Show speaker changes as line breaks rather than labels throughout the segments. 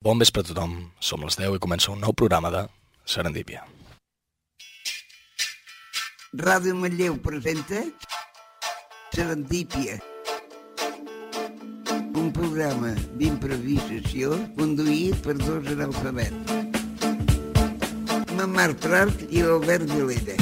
Bon vespre a tothom, som les 10 i comença un nou programa de Serendípia.
Ràdio Manlleu presenta Serendípia. Un programa d'improvisació conduït per dos analfabets. La Marc Trart i l'Albert Vilera.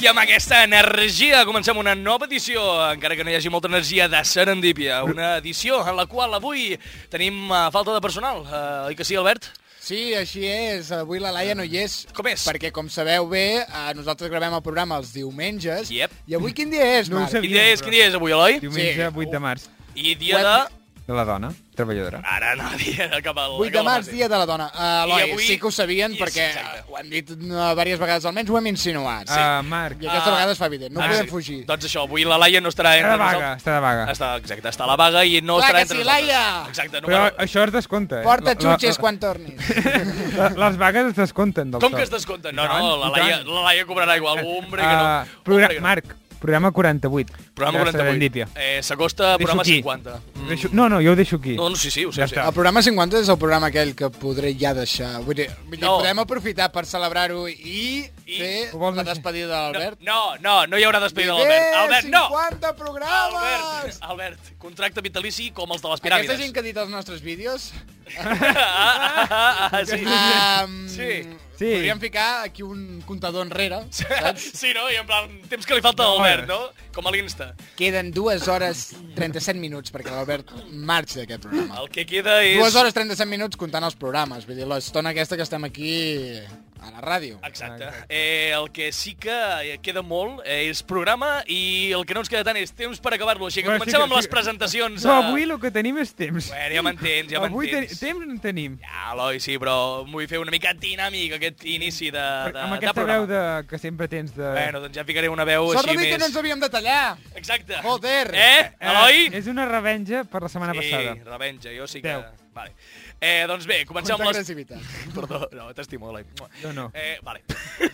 I amb aquesta energia comencem una nova edició, encara que no hi hagi molta energia, de Serendípia. Una edició en la qual avui tenim eh, falta de personal. Eh, Oi que sí, Albert?
Sí, així és. Avui la Laia no hi és.
Com és?
Perquè, com sabeu bé, eh, nosaltres gravem el programa els diumenges.
Yep.
I avui quin dia és,
No ho
Marc?
sabia.
Quin dia és, quin dia és avui, Eloi?
Diumenge
Sí.
8 de març,
I dia de...
de la dona treballadora.
Ara no, dia de cap al...
8 de març, dia de la dona. Uh, Eloi,
I avui-
avui... sí que ho sabien,
Yes,
perquè
exacte.
eh, ho hem dit uh, diverses vegades almenys, ho hem insinuat.
Ah, Marc,
I aquesta
Ah.
vegada es fa evident, no
Ah,
podem
sí.
fugir.
Doncs això, avui la Laia no estarà
està
entre
de vaga,
nosaltres.
està de vaga.
Està, exacte, està a la vaga i no
Clar
estarà
que
entre
sí,
nosaltres.
Laia!
Exacte, no
Però
val.
això es descompta, eh?
Porta
La- la-
xutxes quan tornis.
la- Les vagues es descompten del
Com que es
sou.
descompta? No,
I tant,
no, la
i
Laia,
tant.
la Laia cobrarà igual. Hombre, que
Ah,
no.
progra-
Hombre, que no.
Marc, programa 48.
Programa
de
48.
Serendípia.
Eh, S'acosta a
Deixo
programa
aquí.
50. Mm.
Deixo... No, no, jo ho deixo aquí.
No, no, sí, sí, ho sé.
Ja
ho sé.
El
està.
programa 50 és el programa aquell que podré ja deixar. Vull dir, vull dir
No.
podem aprofitar per celebrar-ho i,
I-
fer
Ho vols
la
deixar?
despedida de l'Albert.
No, no, no hi haurà despedida de l'Albert. Albert,
Bé,
no!
50 programes!
Albert, Albert, contracte vitalici com els de les
Aquesta
piràmides.
gent que ha dit els nostres vídeos...
ah, ah, ah, sí.
Um,
Sí.
Sí.
Podríem ficar aquí un comptador enrere, saps?
Sí, no? I en plan, temps que li falta a
eh.
l'Albert, no? Com a l'Insta.
Queden 2 hores 37 minuts perquè l'Albert marxi d'aquest programa.
El que queda és...
2 hores 37 minuts comptant els programes, vull dir, l'estona aquesta que estem aquí a la ràdio.
Exacte. Eh, el que sí que queda molt eh, és programa i el que no ens queda tant és temps per acabar-lo. Així que
Bueno, sí
comencem
que-
amb
sí
les
que-
presentacions.
No,
eh.
avui el que tenim és temps.
Bueno, ja m'entens, ja
Avui ten...
m'entens.
temps no en tenim.
Ja, Eloi, sí, però em vull fer una mica dinàmic aquest inici de, de,
Amb
de
aquesta
programa.
veu de... que sempre tens de...
Bueno, doncs ja ficaré una veu
Sort de
així
dir
més...
que no ens havíem de tallar!
Exacte.
Joder.
Eh,
Eh,
Eloi?
És una revenja per la setmana passada.
Sí, revenja, jo sí que...
Deu.
Vale. Eh, doncs bé, comencem
Quanta
amb les...
agressivitat.
Perdó, no, t'estimo, Eloi.
Jo no.
Eh, vale.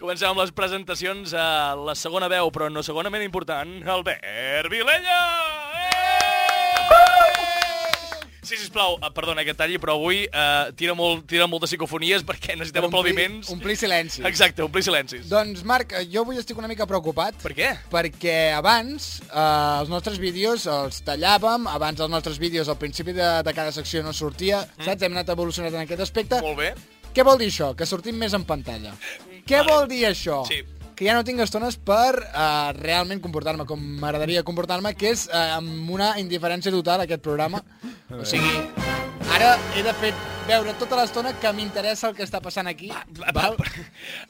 comencem amb les presentacions a la segona veu, però no segonament important, Albert Vilella! Eh! Sí, sisplau, eh, perdona que et talli, però avui eh, tira, molt, tira molt de psicofonies perquè necessitem aplaudiments.
Omplir silenci.
Exacte, omplir silencis.
Doncs, Marc, jo avui estic una mica preocupat.
Per què?
perquè abans eh, els nostres vídeos els tallàvem, abans els nostres vídeos al principi de, de cada secció no sortia, mm. saps? Hem anat evolucionant en aquest aspecte.
Molt bé.
Què vol dir això? Que sortim més en pantalla. Què vol dir això?
Sí.
Que ja no tinc estones per uh, realment comportar-me com m'agradaria comportar-me, que és uh, amb una indiferència total a aquest programa. o sigui, ara he de fer veure tota l'estona que m'interessa el que està passant aquí.
Va, va, però-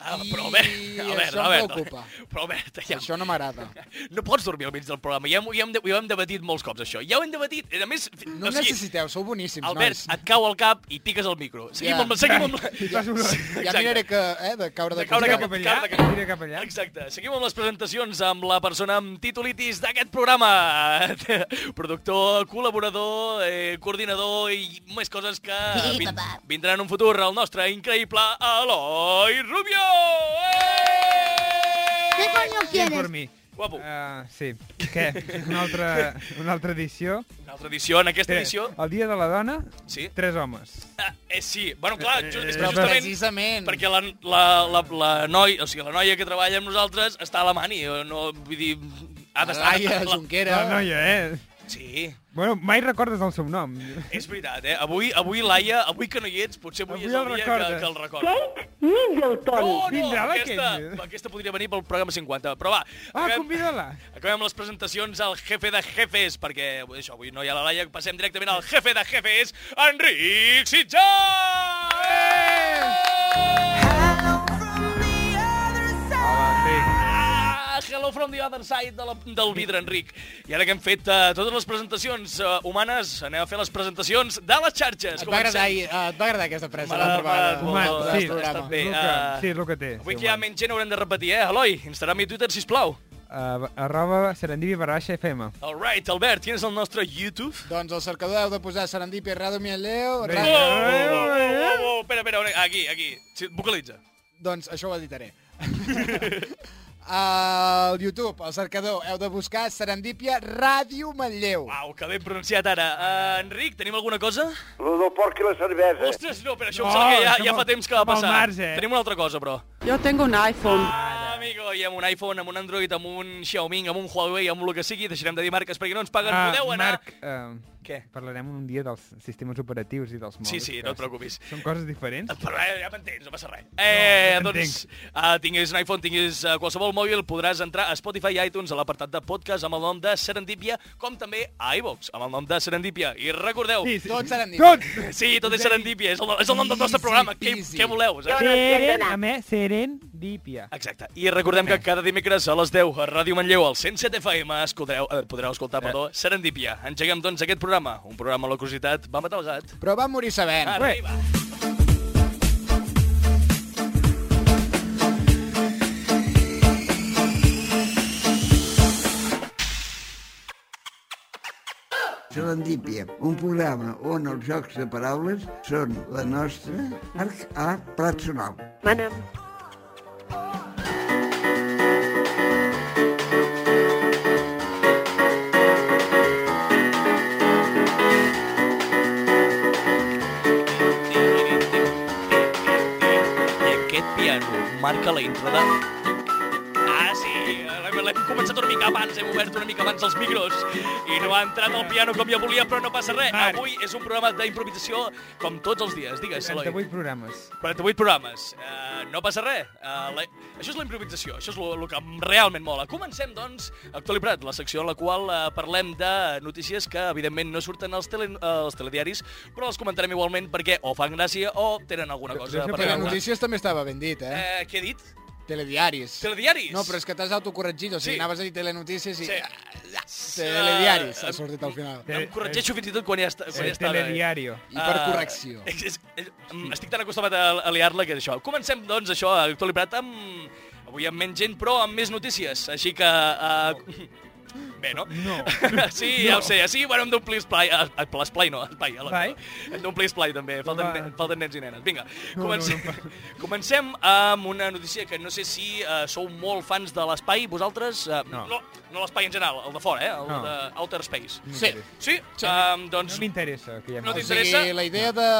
Ah, però, Albert,
I
Albert,
això em
Albert,
preocupa.
Però, Albert, ja,
Això no m'agrada.
No pots dormir al mig del programa, ja, ho- ja, hem, de- ja ho hem debatit molts cops, això. Ja ho hem debatit, a més... fi-
No
o sigui,
necessiteu, sou boníssims,
Albert,
nois.
et cau al cap i piques el micro. Seguim
Ja.
amb, la- seguim amb... la-
I fas un-
Sí,
Ja
exacte.
miraré que, eh, de caure de,
De caure
costat.
cap,
allà,
caure cap-
tira cap allà.
Exacte. Seguim amb les presentacions amb la persona amb titulitis d'aquest programa. Productor, col·laborador, eh, coordinador i més coses que
Sí,
vin-
papà.
vindran en un futur al nostre increïble Eloi Rubio!
¿Qué
Eh!
coño
Bien per
quieres?
mi.
Guapo.
Uh, sí. Què? Una altra, una altra edició.
Una altra edició, en aquesta
Espera,
edició...
Eh, El dia de la dona,
Sí.
tres homes.
Ah, eh, sí, bueno, clar, just, és que
Eh,
justament...
precisament.
Perquè la, la, la, la, noi, o sigui, la noia que treballa amb nosaltres està a Alemanya, eh, no, vull dir... Ha
La
d'estar...
Laia,
la-
Junquera...
La noia, eh?
Sí,
Bueno, mai recordes el seu nom.
és veritat, eh? Avui, avui Laia, avui que no hi ets, potser avui,
Avui
és el,
el
dia que,
recordes.
que el recorda.
Middleton.
No, no,
Vindrà la
aquesta,
Kate?
aquesta podria venir pel programa 50, però va.
Ah,
acabem-
convida-la.
Acabem amb les presentacions al jefe de jefes, perquè avui, això, avui no hi ha la Laia, passem directament al jefe de jefes, Enric Sitjà!
Eh!
Ah, Hello from the other side de la, del vidre, Enric. I ara que hem fet uh, totes les presentacions uh, humanes, anem a fer les presentacions de les xarxes.
Et va agradar, ahir, eh, et va agradar aquesta presa l'altra
M'ha- m'ha-
vegada.
m'ha-
del
sí,
ha
programa.
estat bé.
Luca,
eh,
sí, és el que té,
Avui
sí,
que hi ha
home.
menys gent haurem de repetir, eh? Eloi, Instagram i Twitter, sisplau.
uh, arroba serendipia barra baixa FM.
All right, Albert, tienes el nostre YouTube?
Doncs al cercador heu de posar Serendipia Ràdio Mieleo.
Oh, oh,
Eh,
Ràdio.
oh, oh, oh, oh, espera, espera, on- aquí, aquí. Sí, Vocalitza.
Doncs això ho editaré. al YouTube, al cercador, heu de buscar Serendipia Ràdio Manlleu.
Uau, que ben pronunciat ara. Uh, Enric, tenim alguna cosa?
Lo del porc i la cervesa.
Ostres, no, però això em
No,
sembla que ja,
això
ja
amb
fa
el-
temps que va
amb el
passar.
marge. eh?
Tenim una altra cosa, però.
Yo tengo un iPhone.
Ah, amigo, i amb un iPhone, amb un Android, amb un Xiaomi, amb un Huawei, amb el que sigui, deixarem de dir marques perquè no ens paguen.
Ah,
Podeu anar...
Marc, uh,
Què?
parlarem un dia dels sistemes operatius i dels mòbils.
sí,
que
no et preocupis.
Són coses diferents.
Però eh, ja m'entens, no passa res. Eh,
ja
doncs, uh, tinguis un iPhone, tinguis uh, qualsevol mòbil, podràs entrar a Spotify i iTunes a l'apartat de podcast amb el nom de Serendipia, com també a iVox amb el nom de Serendipia. I recordeu...
Sí, sí.
Tots Serendipia.
Tot!
Sí, tot és Serendipia, és el, és el nom del nostre
Easy
programa. Què,
peasy.
què voleu? saps?
Seren, a més, serendipia.
Exacte. I recordem que cada dimecres a les 10 a Ràdio Manlleu, al 107 FM, escoltareu, eh, podreu escoltar, perdó, Serendipia. Engeguem, doncs, aquest programa. Un programa a la curiositat. Va matar el gat.
Però va morir sabent.
Arriba.
Serendípia, un programa on els jocs de paraules són la nostra arc a Prat Sonal.
Manam.
I aquest piano marca la intro de... Ah, sí, l'hem- l'hem començat una mica abans, hem obert una mica abans els micros i no ha entrat el piano com jo volia, però no passa res.
Marc.
Avui és un programa d'improvisació com tots els dies. Digues, Eloi.
38 programes.
48 programes. Uh, no passa res. Uh, la... Això és la improvisació, això és el que em realment mola. Comencem, doncs, Actualiprat, la secció en la qual uh, parlem de notícies que, evidentment, no surten als, tele... als telediaris, però les comentarem igualment perquè o fan gràcia o tenen alguna cosa
Deixa'm
per
fer
Però
una
veure.
notícies també estava ben dit, eh?
Eh, què he dit?
Telediaris.
Telediaris?
No, però és que t'has autocorregit, o sigui,
Sí.
anaves a dir telenotícies i...
Sí.
Telediaris,
Eh,
ha sortit al final.
Te-
Em corregeixo fins i tot quan ja està. Quan
Eh,
ja està bé.
telediario.
I per
Ah,
correcció.
és, és, és, mm, estic tan acostumat a, a liar-la que és això. Comencem, doncs, això, a Actualiprat, amb... Avui amb menys gent, però amb més notícies. Així que... Uh... Bé, no?
No.
sí, ja ho sé. Sí, bueno, hem d'omplir esplai... eh, eh, L'esplai no, espai. a la-
Espai?
Hem d'omplir esplai, també. Falten,
Va.
ne falten nens i nenes. Vinga,
No, no,
comencem,
no
comencem amb una notícia que no sé si uh, sou molt fans de l'espai, vosaltres... Uh,
No.
No, no l'espai en general, el de fora, eh? El
No.
de Outer Space.
Sí.
Sí? Um, doncs...
No m'interessa. que Ja
No
O
no
t'interessa.
sigui, la idea de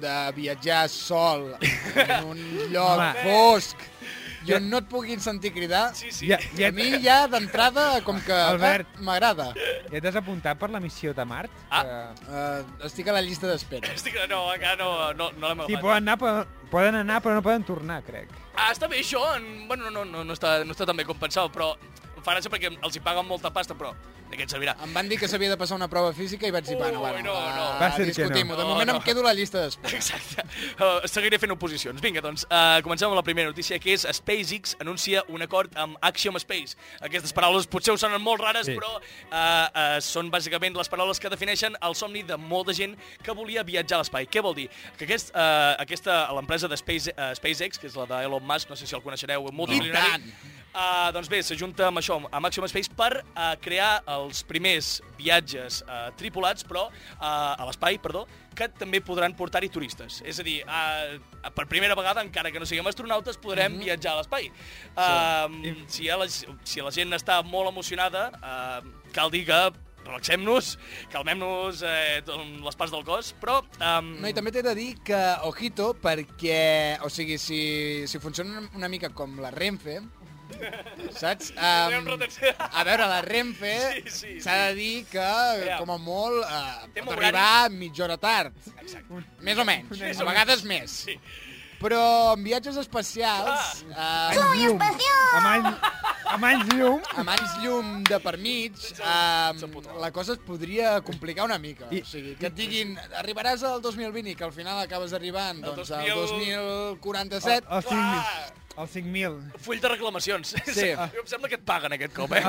de viatjar sol en un lloc
Home.
fosc i on no et puguin sentir cridar,
Sí, sí.
ja,
a
ja,
mi ja d'entrada com que eh,
Albert.
m'agrada.
ja t'has apuntat per la missió de Mart?
Ah.
Que,
Eh, estic a la llista d'espera.
Estic... No, encara no, no, no l'hem
sí,
agafat.
poden anar, però, poden anar, però no poden tornar, crec.
Ah, està bé això. en- Bueno, no, no, no, està, no està tan bé com pensava, però em fa gràcia perquè els hi paguen molta pasta, però de què et servirà?
Em van dir que s'havia de passar una prova física i vaig dir,
Ui,
bueno, bueno,
no, no.
eh,
Va ser que
discutim-ho.
no.
De
No,
moment
no.
em quedo a la llista d'espera.
Exacte. Uh, seguiré fent oposicions. Vinga, doncs, uh, comencem amb la primera notícia, que és SpaceX anuncia un acord amb Axiom Space. Aquestes paraules potser us sonen molt rares,
Sí.
sí. però uh, uh, són bàsicament les paraules que defineixen el somni de molta gent que volia viatjar a l'espai. Què vol dir? Que aquest, uh, aquesta, l'empresa de Space, uh, SpaceX, que és la d'Elon Musk, no sé si el coneixereu, multimilionari,
tant!
Uh, doncs bé, s'ajunta amb això, amb Axiom Space, per uh, crear els primers viatges uh, tripulats, però uh, a l'espai, perdó, que també podran portar-hi turistes. És a dir, uh, per primera vegada, encara que no siguem astronautes, podrem
Mhm.
mm -hmm. viatjar a l'espai. Uh, sí. si, a la, si la gent està molt emocionada, uh, cal dir que relaxem-nos, calmem-nos eh, en les parts del cos, però... Um,
No, i també t'he de dir que, ojito, perquè, o sigui, si, si funciona una- una mica com la Renfe, saps?
Anem
Um,
retenció.
a veure, la Renfe
Sí, sí,
s'ha de dir que,
Ja.
com a molt, eh,
Té
pot
molt
arribar mitja hora tard.
Exacte.
Més o menys,
Més o
a vegades més.
Sí.
Però en viatges especials, eh,
Llum. Amb anys, amb anys llum.
amb anys llum de per mig,
ets el
eh,
puto.
la cosa es podria complicar una mica.
I-
O sigui, que et diguin, arribaràs al 2020 i que al final acabes arribant
Al
doncs, al
2000.
Ah,
2047.
O, o sigui,
Ah.
El 5.000.
Full de reclamacions.
Sí.
Ah. Em sembla que et paguen aquest cop, eh?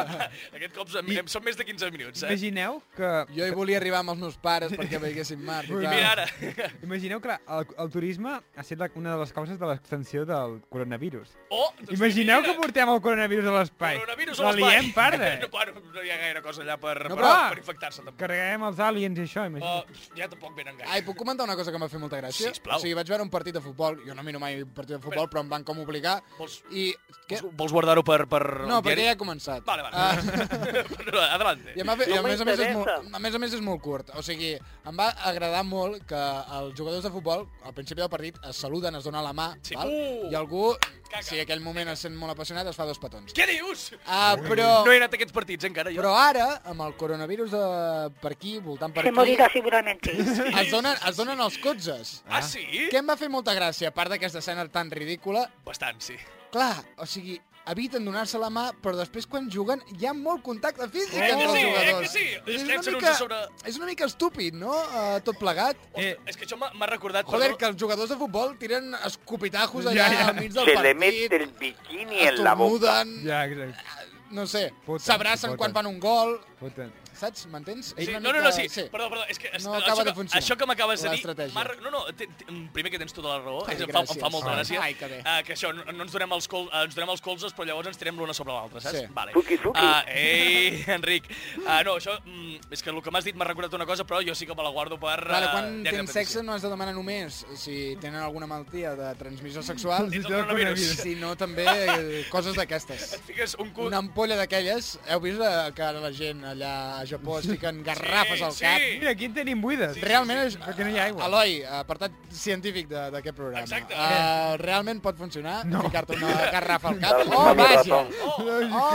Aquest cop són, I... són més de 15 minuts, eh?
Imagineu que...
Jo hi volia arribar amb els meus pares perquè veiessin Mart. I
I
clar.
mira ara.
Imagineu que el, el turisme ha estat la- una de les causes de l'extensió del coronavirus.
Oh, doncs mira.
Imagineu que portem el coronavirus a l'espai.
Coronavirus a
La
l'espai.
liem parda.
No, bueno, no hi ha gaire cosa allà per,
No,
no, per,
però-
per infectar-se, tampoc.
Carreguem els aliens i això, imagina.
Oh, ja tampoc venen gaire.
Ai, puc comentar una cosa que em va fer molta gràcia?
Sisplau.
O sigui, vaig veure un partit de futbol, jo no miro mai un partit de futbol, però em van com obligar,
Vols-
i... Què?
Vols, vols guardar-ho per, per
No,
el
perquè
diari?
ja he començat.
Vale, vale.
Ah,
Ah. Adelante.
I, em va fer, i a,
No
més a, més és molt,
m'interessa.
a més a més és molt curt. O sigui, em va agradar molt que els jugadors de futbol, al principi del partit, es saluden, es donen la mà,
Sí.
val?
Uh!
i algú,
Caca.
si aquell moment es sent molt apassionat, es fa dos petons.
Què dius?
Ah, però,
No he anat a aquests partits encara, jo.
però ara, amb el coronavirus de, per aquí, voltant per
Se
aquí,
morirá seguramente.
es donen, es donen els cotxes.
Ah, sí?
Què em va fer molta gràcia, a part d'aquesta escena tan ridícula?
Bastant, sí.
Clar, o sigui, eviten donar-se la mà, però després quan juguen hi ha molt contacte físic
Eh que
entre els
sí, eh
jugadors.
que sí?
És
Es
una
llencen uns
mica-
a sobre-
És una mica estúpid, no?, uh, tot plegat.
Ostres, eh. és que això m'ha m'ha recordat...
Joder,
perdó,
que els jugadors de futbol tiren escopitajos allà
Ja, ja.
al mig del
Se
partit.
le mete el bikini en la boca.
estornuden,
Ja, exacte.
No sé,
Foten,
s'abracen
foten.
quan fan un gol.
Foten.
Saps? M'entens? És
Sí,
una
no, no,
mica-
no, sí. Perdó, perdó, és que
No acaba
això,
de
que,
funcionar,
això que m'acabes de dir...
l'estratègia.
m'ha re- No, no, té- té- primer que tens tota la raó,
Ai,
és, em, fa, em
gràcies.
fa molta
Ai.
gràcia,
Ai, que bé.
eh, que això, no, no ens donem els, col, eh, ens donem els colzes, però llavors ens tirem l'una sobre l'altra, saps?
Sí.
Vale.
Fuki, fuki.
Ah, ei, Enric, Ah, no, això, mm, és que el que m'has dit m'ha recordat una cosa, però jo sí que me la guardo per...
Vale,
eh,
quan
llarga
tens
tradició.
sexe no has de demanar només si tenen alguna malaltia de transmissió sexual,
Dins
del
del Ah, coronavirus.
coronavirus.
si no també eh, coses d'aquestes.
Et fiques un cul...
Una ampolla d'aquelles, heu vist eh, que ara la gent allà a Japó es fiquen garrafes al
sí.
cap?
Mira, aquí en tenim buides.
Realment, és,
Perquè no hi ha aigua.
Eloi, apartat científic de- d'aquest programa.
Exacte.
Uh, realment pot funcionar no. ficar-te una garrafa al cap?
Del
Oh,
Mario
vaja!
Ratón.
Oh,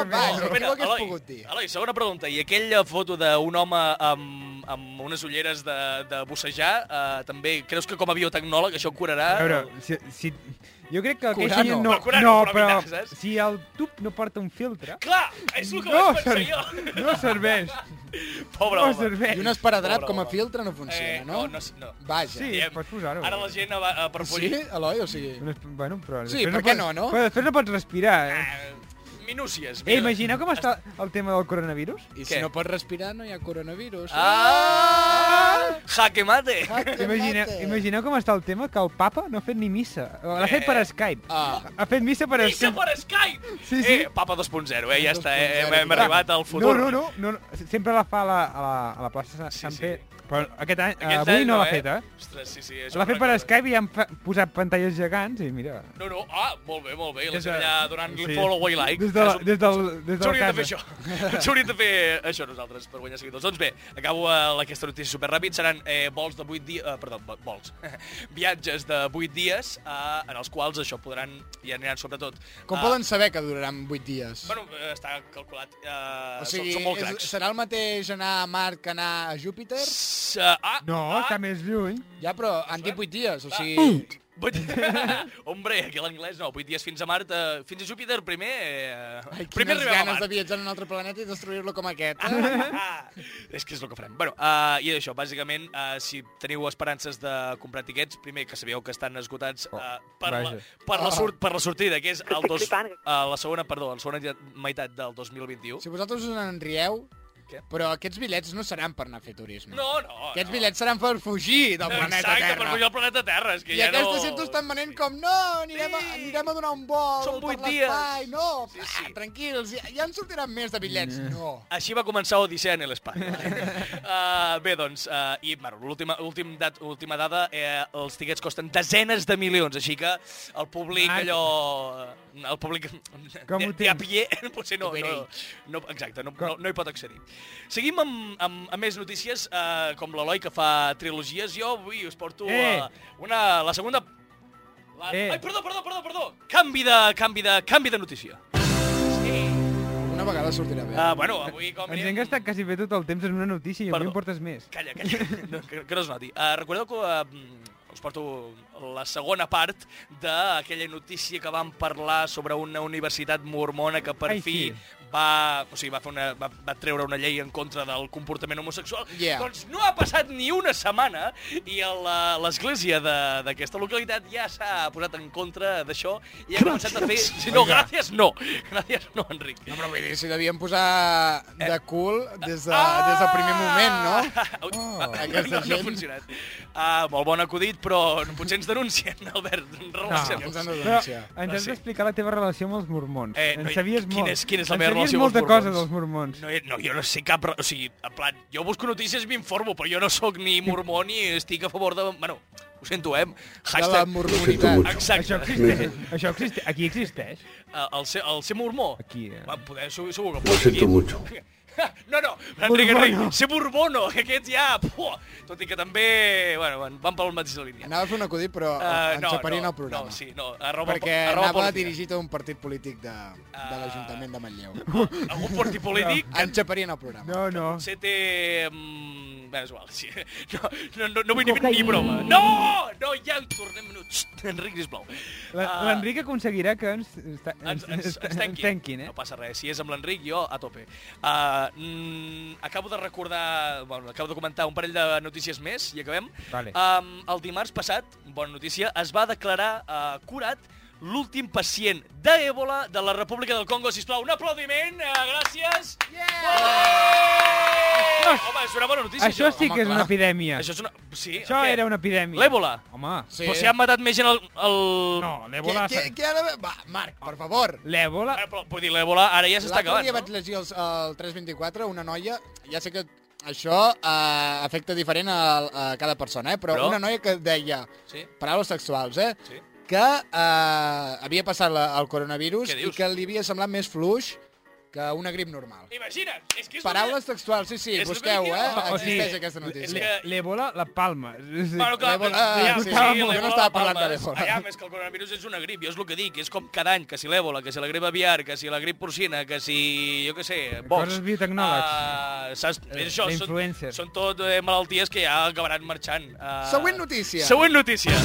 Oh, vaja,
Espera,
tu ho hagués
Eloi,
pogut dir.
Eloi, segona pregunta. I aquella foto d'un home amb, amb unes ulleres de, de bussejar, eh, també creus que com a biotecnòleg això curarà?
A veure, si, si, jo crec que aquell
Curano.
senyor no...
Però Curano,
no,
però
però
mira, saps?
si el tub no porta un filtre...
Clar, és el que
No,
vaig pensar
ser,
jo.
no serveix.
Pobre
No
home.
serveix.
I un esparadrap
Pobre
com a
home.
filtre no funciona,
Eh, no,
no?
no, no.
Vaja.
Sí,
Diem,
pots posar-ho.
Ara la gent va, eh, per
sí,
follir...
Eloi, o sigui...
Un esp- Bueno, però
Sí,
després
per què
pots-
no, no?
Però després no pots respirar, eh?
Eh, minúcies.
Eh,
Ah, mira.
imagineu com està el tema del coronavirus?
I
Què?
si no pots respirar no hi ha coronavirus.
Ah! Jaque mate!
Ah, que
Imagineu,
mate.
imagineu com està el tema que el papa no ha fet ni missa. L'ha fet per Skype.
Ah.
Ha fet missa per
Missa
Skype.
per Skype!
Sí, sí.
Eh, papa 2.0, eh, ja està, eh,
2.0,
hem, hem
clar.
arribat al futur.
No, no, no, no, no. Sempre la fa a la, a la, a la plaça Sant
Sí,
Sant
sí.
Pere. Però aquest any,
Aquest
avui
any
no l'ha fet, eh?
Ostres, sí, sí. és
L'ha
una
fet per
cosa.
Skype i han fa- posat pantalles gegants i mira...
No, no, ah, molt bé, molt bé. I La
Des
gent
de-
allà donant-li
sí.
follow i like.
Des de, la-
És un-
des del, des
ens
del
hauríem de fer
casa.
això. Ens hauríem de fer això nosaltres per guanyar seguidors. Doncs bé, acabo eh, aquesta notícia superràpid. Seran eh, vols de 8 dies... Eh, perdó, vo- vols. Viatges de 8 dies eh, en els quals això podran... I aniran sobretot...
Com
eh,
poden saber que duraran 8 dies?
Bueno, eh, està calculat. Eh,
o sigui,
són, són molt
és-
cracs.
serà el mateix anar a Mart que anar a Júpiter?
S- eh, ah,
No,
ah,
està més lluny.
Ja, però han dit 8 dies, o sigui...
Vuit... Hombre, aquí l'anglès no, 8 dies fins a Mart, eh, fins a Júpiter primer... Eh,
Ai,
primer
quines
arribem a
ganes
Mart.
de viatjar a un altre planeta i destruir-lo com aquest, eh?
Ah, és que és el que farem. Bueno, uh, i això, bàsicament, uh, si teniu esperances de comprar tiquets, primer que sabeu que estan esgotats
Oh,
uh, per, la,
vaja.
per, la sort, per la sortida, que és el
Estic
dos, uh,
flipant.
la segona, perdó, la segona meitat del 2021.
Si vosaltres us en rieu,
Què?
però aquests bitllets no seran per anar a fer turisme.
No, no, no.
Aquests bitllets seran per fugir del planeta
Exacte, per
Terra.
pujar al planeta Terra. És que
I
ja
aquesta
no...
gent t'ho estan venent com, no, anirem, a,
Sí.
anirem a donar un vol
Són
per
vuit dies.
l'espai, no,
Sí, sí.
Ah, tranquils, ja, ja en sortiran més de bitllets. No.
Així va començar Odissea en l'espai. uh, bé, doncs, uh, i bueno, l'última últim dat, última dada, eh, els tiquets costen desenes de milions, així que el públic
Ai.
allò... eh, El públic
Com
de,
ho
de a
tens?
pie potser no, no,
Iberage.
no, exacte, no, no, no hi pot accedir. Seguim amb, amb, amb més notícies, uh, com l'Eloi que fa trilogies. Jo avui us porto
Eh.
eh. uh, una, la segona... La...
Eh.
Ai, perdó, perdó, perdó, perdó! Canvi de, canvi de, canvi de notícia. Sí.
Una vegada sortirà bé.
Uh, bueno, avui com
Ens
anem-
hem gastat quasi bé tot el temps en una notícia i avui
Perdó.
em portes més.
Calla, calla, no, que, que no es noti. Uh, recordeu que uh, us porto la segona part d'aquella notícia que vam parlar sobre una universitat mormona que per
Ai,
fi
sí.
va, o sigui, va, fer una, va, va treure una llei en contra del comportament homosexual.
Yeah.
Doncs no ha passat ni una setmana i a la- l'església de- d'aquesta localitat ja s'ha posat en contra d'això i ha començat a fer... Sí, No, gràcies no. Gràcies no, Enric.
No, però vull dir, s'hi devien posar de
Eh.
cul des, de,
Ah!
des del primer moment, no?
Ui,
Oh,
ah, no,
aquesta
no, no ha
gent.
funcionat. Ah, molt bon acudit, però potser ens denuncien, Albert. Relacionem.
Ens han de
Però
denunciar.
ens has
Ah, Sí.
d'explicar la teva relació amb els mormons.
Eh, no,
en
i
sabies
quina
molt.
és- quina és la
en
meva
sabies
relació amb els
molta cosa
mormons?
dels mormons.
No, eh, no, jo no sé cap... re- O sigui, en plan, jo busco notícies i m'informo, però jo no sóc ni mormó ni estic a favor de... Bueno, ho sento, eh?
De la
Hashtag...
mormonitat.
Això
Exacte.
existeix. Això existeix. Aquí existeix.
Eh, El ser, el ser mormó.
Aquí, eh.
Va, poder, segur, segur que... Ho sento mucho. No, no, Enric,
Borbono.
Enric, ser borbono, que aquest ja... Puh, tot i que també, bueno, van pel mateix la línia.
Anava a fer un acudit, però
Eh,
ens separin el programa.
No, sí, no. Arroba,
Perquè
arroba
anava
política. Ah.
dirigit a un partit polític de, de l'Ajuntament de Manlleu.
Algun partit polític
Ens xaparien el programa.
No, no.
CT... Mm, bé, és igual, sí. No, no, no, no vull ni, ni broma. No! No, ja en tornem... No. Xt, Enric, sisplau.
La-
Ah,
L'Enric aconseguirà que ens, ens,
ens, ens, ens
ens
tanquin.
tanquin, eh?
No passa res. Si és amb l'Enric, jo a tope. Uh, mm, acabo de recordar... Bueno, acabo de comentar un parell de notícies més i acabem.
Vale.
Um, el dimarts passat, bona notícia, es va declarar uh, curat l'últim pacient d'Ebola de la República del Congo. Sisplau, un aplaudiment. Uh, gràcies. Yeah! Home, és una bona notícia,
Això
això.
sí que és una
clar.
epidèmia.
Això és una... Sí,
Això
què?
era una epidèmia.
L'èbola.
Home,
Sí.
Però si han matat més gent el... el...
no,
Què,
l'èbola...
què, què ha de... Va, Marc, per favor.
L'èbola...
Eh, Però, vull dir, l'èbola ara ja s'està
L'altre
acabant,
dia
no?
vaig llegir els, el 324, una noia, ja sé que això eh, afecta diferent a, a cada persona, eh? però,
Però?
però una noia que deia,
Sí.
paraules textuals, eh?
Sí.
que eh, havia passat la, el coronavirus
Què
i
dius?
que li havia semblat més fluix que una grip normal.
Imagina't, és que és...
Paraules textuals, sí, sí,
És el que
busqueu,
dic jo.
eh?
O
sigui,
Existeix aquesta
és
notícia.
que-
L'èbola, la palma. Sí.
Bueno, clar,
L'Ebola-
però-
ah,
ja,
sí,
sí,
estava-
sí,
jo no
l'Ebola
estava
de Palma
parlant
és-
d'Ebola.
Ja, més que el coronavirus és una grip, jo és el que dic, és com cada any, que si l'èbola, que si la grip aviar, que si la grip porcina, que si, jo què sé, box.
Coses biotecnòlegs.
Ah, saps?
Eh,
És això,
la
són,
influencer.
són tot eh, malalties que ja acabaran marxant. Ah,
Següent notícia.
Següent notícia.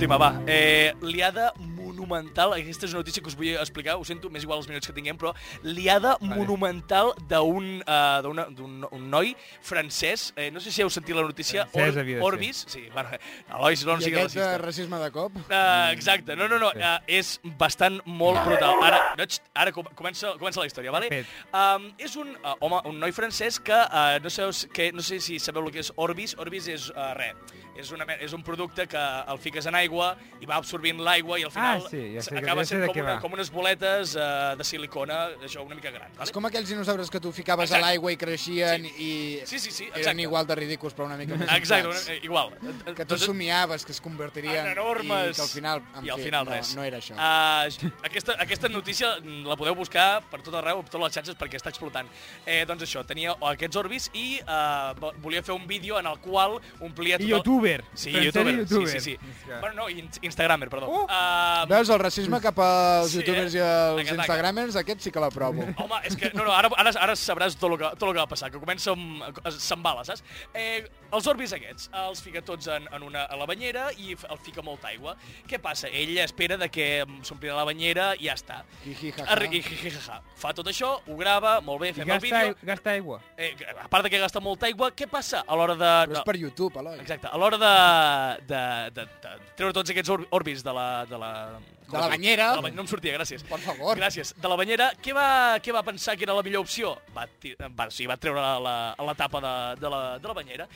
Última, va. Eh, liada monumental, aquesta és una notícia que us vull explicar, ho sento, més igual els minuts que tinguem, però liada monumental d'un eh, d'una- d'un un noi francès, eh, no sé si heu sentit la notícia,
Francès, havia de ser.
Orbis, sí, bueno, eh, Elois, no, no
I
sigui
aquest eh,
racista.
racisme de cop?
Mm,
Uh, exacte, no, no, no, uh, és bastant molt brutal. Ara, no, xt, ara com- comença, comença la història, vale?
Fet.
Um, és un uh, home, un noi francès que, uh, no, sé, que no sé si sabeu el que és Orbis. Orbis és uh, res, és, una, me- és un producte que el fiques en aigua i va absorbint l'aigua i al final
Ah, sí, ja sé que-
acaba
ja sé
sent
de
com,
què
una,
va.
com unes boletes uh, de silicona, això una mica gran.
És
Vale?
com aquells dinosaures que tu ficaves
Exacte.
a l'aigua i creixien i
Sí, sí, sí,
eren
exacte.
igual de ridículs, però una mica més
Exacte,
inflats.
una, eh, igual.
que tu
Doncs-
somiaves que es convertirien
en enormes.
i que al final, en
I al
fi,
final
no,
res.
no era això.
Uh, aquesta, aquesta notícia la podeu buscar per tot arreu, per totes les xarxes, perquè està explotant. Eh, doncs això, tenia aquests orbis i uh, volia fer un vídeo en el qual omplia tot
I
el-
youtuber.
Sí,
Francès
youtuber.
youtuber.
Sí, sí, sí.
És que-
Bueno, no, in- instagramer, perdó.
Oh!
Uh,
Veus el racisme cap als
Sí, eh?
youtubers i als
Taca, taca.
instagramers? Aquest sí que l'aprovo.
Home, és que... No, no, ara, ara, ara sabràs tot el, que, tot el que va passar, que comença amb... s'embala, saps? Eh, els orbis aquests eh, els fica tots en, en una, a la banyera i f- el fica molta aigua. Què passa? Ell espera de que mm, s'omplirà la banyera i ja està.
Jiji, jaja.
Arri- i jiji, jaja. Fa tot això, ho grava, molt bé,
I
fem el
gasta,
vídeo.
gasta aigua.
Eh, a part de que gasta molta aigua, què passa a l'hora de...
Però és per YouTube, Eloi.
Exacte, a l'hora de, de, de, de treure tots aquests or- orbis de la... De la,
De la banyera.
De la, ba- no em sortia, gràcies.
Per favor.
Gràcies. De la banyera, què va, què va pensar que era la millor opció? Va, ti- va, sí, va treure la, la, la tapa de, de, la, de la banyera.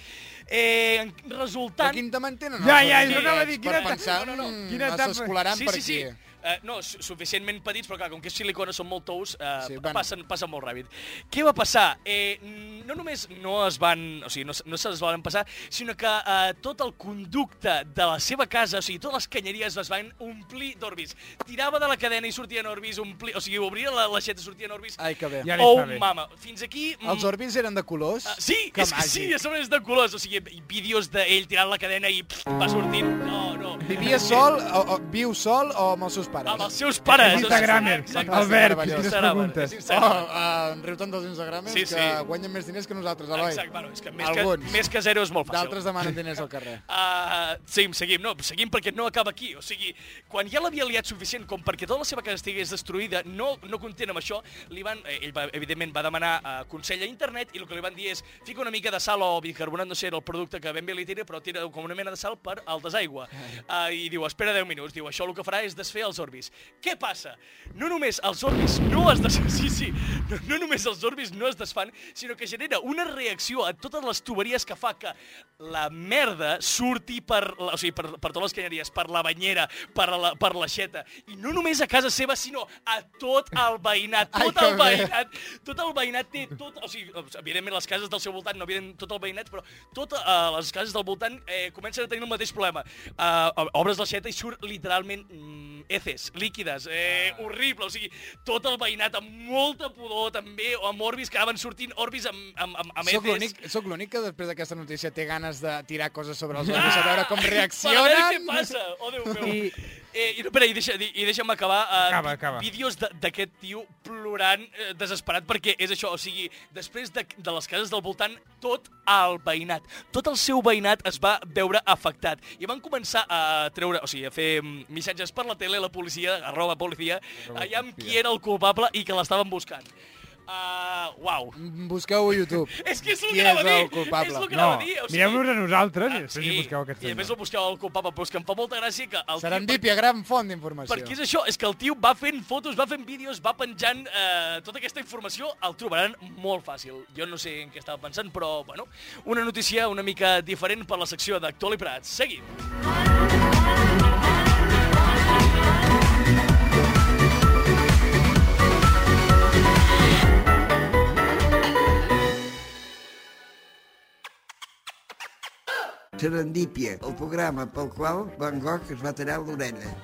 Eh, en- resultant...
Però quin tamany tenen
Ja,
els
ja,
oients
jo anava
a dir,
per
quina ta-
pensar,
no, no, no,
mm,
quina
es
etapa-
descolaran per aquí.
Uh, no, su- suficientment petits, però clar, com que és silicona, són molt tous, uh,
Sí,
sí,
bueno.
passen, passen molt ràpid. Què va passar? Eh, n- no només no es van... O sigui, no, s- no se les van passar, sinó que eh, tot el conducte de la seva casa, o sigui, totes les canyeries es van omplir d'orbis. Tirava de la cadena i sortien orbis, ompli, o sigui, obria la l'aixeta i sortien orbis.
Ai, que bé.
Ah, Ja li
oh,
està bé.
mama. Fins aquí... mm,
Els orbis eren de colors?
Ah, sí,
que
és que sí, a sobre és de colors. O sigui, i vídeos d'ell tirant la cadena i pff, va sortint... No, no.
Vivia sol, o, o, viu sol o amb els seus pares?
Amb els seus pares.
És Instagramer.
Exacte.
Albert,
meravellós.
quines
Instagramer,
preguntes.
és
Oh,
Instagramer.
uh, riu tant dels Instagramers
Sí,
sí,
sí.
sí. que guanyen més diners que nosaltres, Eloi.
Exacte, bueno, és que més,
Alguns.
que més que zero és molt fàcil.
D'altres demanen diners al carrer.
Uh, sí, seguim, no, seguim perquè no acaba aquí. O sigui, quan ja l'havia liat suficient com perquè tota la seva casa estigués destruïda, no, no content amb això, li van, eh, ell va, evidentment va demanar uh, consell a internet i el que li van dir és fica una mica de sal o bicarbonat, no sé, era el producte que ben bé li tira, però tira com una mena de sal per al desaigua. Uh, I diu, espera 10 minuts, diu, això el que farà és desfer els orbis. Què passa? No només els orbis no es desfan, sí, sí, no, no només els orbis no es desfan, sinó que genera una reacció a totes les tuberies que fa que la merda surti per, la, o sigui, per, per totes les canyeries, per la banyera, per la, per la xeta, i no només a casa seva, sinó a tot el veïnat,
Ai,
tot
que
el
bé.
veïnat, tot el veïnat té tot, o sigui, evidentment les cases del seu voltant, no evident tot el veïnat, però totes eh, les cases del voltant eh, comencen a tenir el mateix problema. Eh, obres la xeta i surt literalment mm, heces, líquides, eh, horrible, o sigui, tot el veïnat amb molta pudor també, o amb orbis que anaven sortint, orbis amb, amb, amb, amb
Soc
heces.
l'únic soc l'únic que després d'aquesta notícia té ganes de tirar coses sobre els
Ah!
orbis, a veure com
Per veure què
reaccionen.
passa. Oh, Déu meu.
I-
Eh, i, espera, i, deixa, i deixa'm acabar eh,
Acaba,
vi-
acaba.
vídeos de- d'aquest tio plorant eh, desesperat perquè és això, o sigui, després de, de les cases del voltant, tot el veïnat, tot el seu veïnat es va veure afectat i van començar a treure, o sigui, a fer mm, missatges per la tele, la policia, arroba policia, allà amb qui era el culpable i que l'estaven buscant. Uh, uau.
Busqueu a YouTube.
És que és el
Mm.
que anava a
Qui és
dir.
el culpable?
És el que
No,
anava a dir. o sigui-
mireu-nos a nosaltres
Ah,
i després hi busqueu aquest
I a més el busqueu al culpable, però és que em fa molta gràcia que... El tio,
Serendipia, gran font
per,
d'informació.
perquè és això, és que el tio va fent fotos, va fent vídeos, va penjant eh, tota aquesta informació, el trobaran molt fàcil. Jo no sé en què estava pensant, però, bueno, una notícia una mica diferent per la secció d'Actual i Prats. Seguim.
Serendípia, el programa pel qual Van Gogh es va tallar l'orella.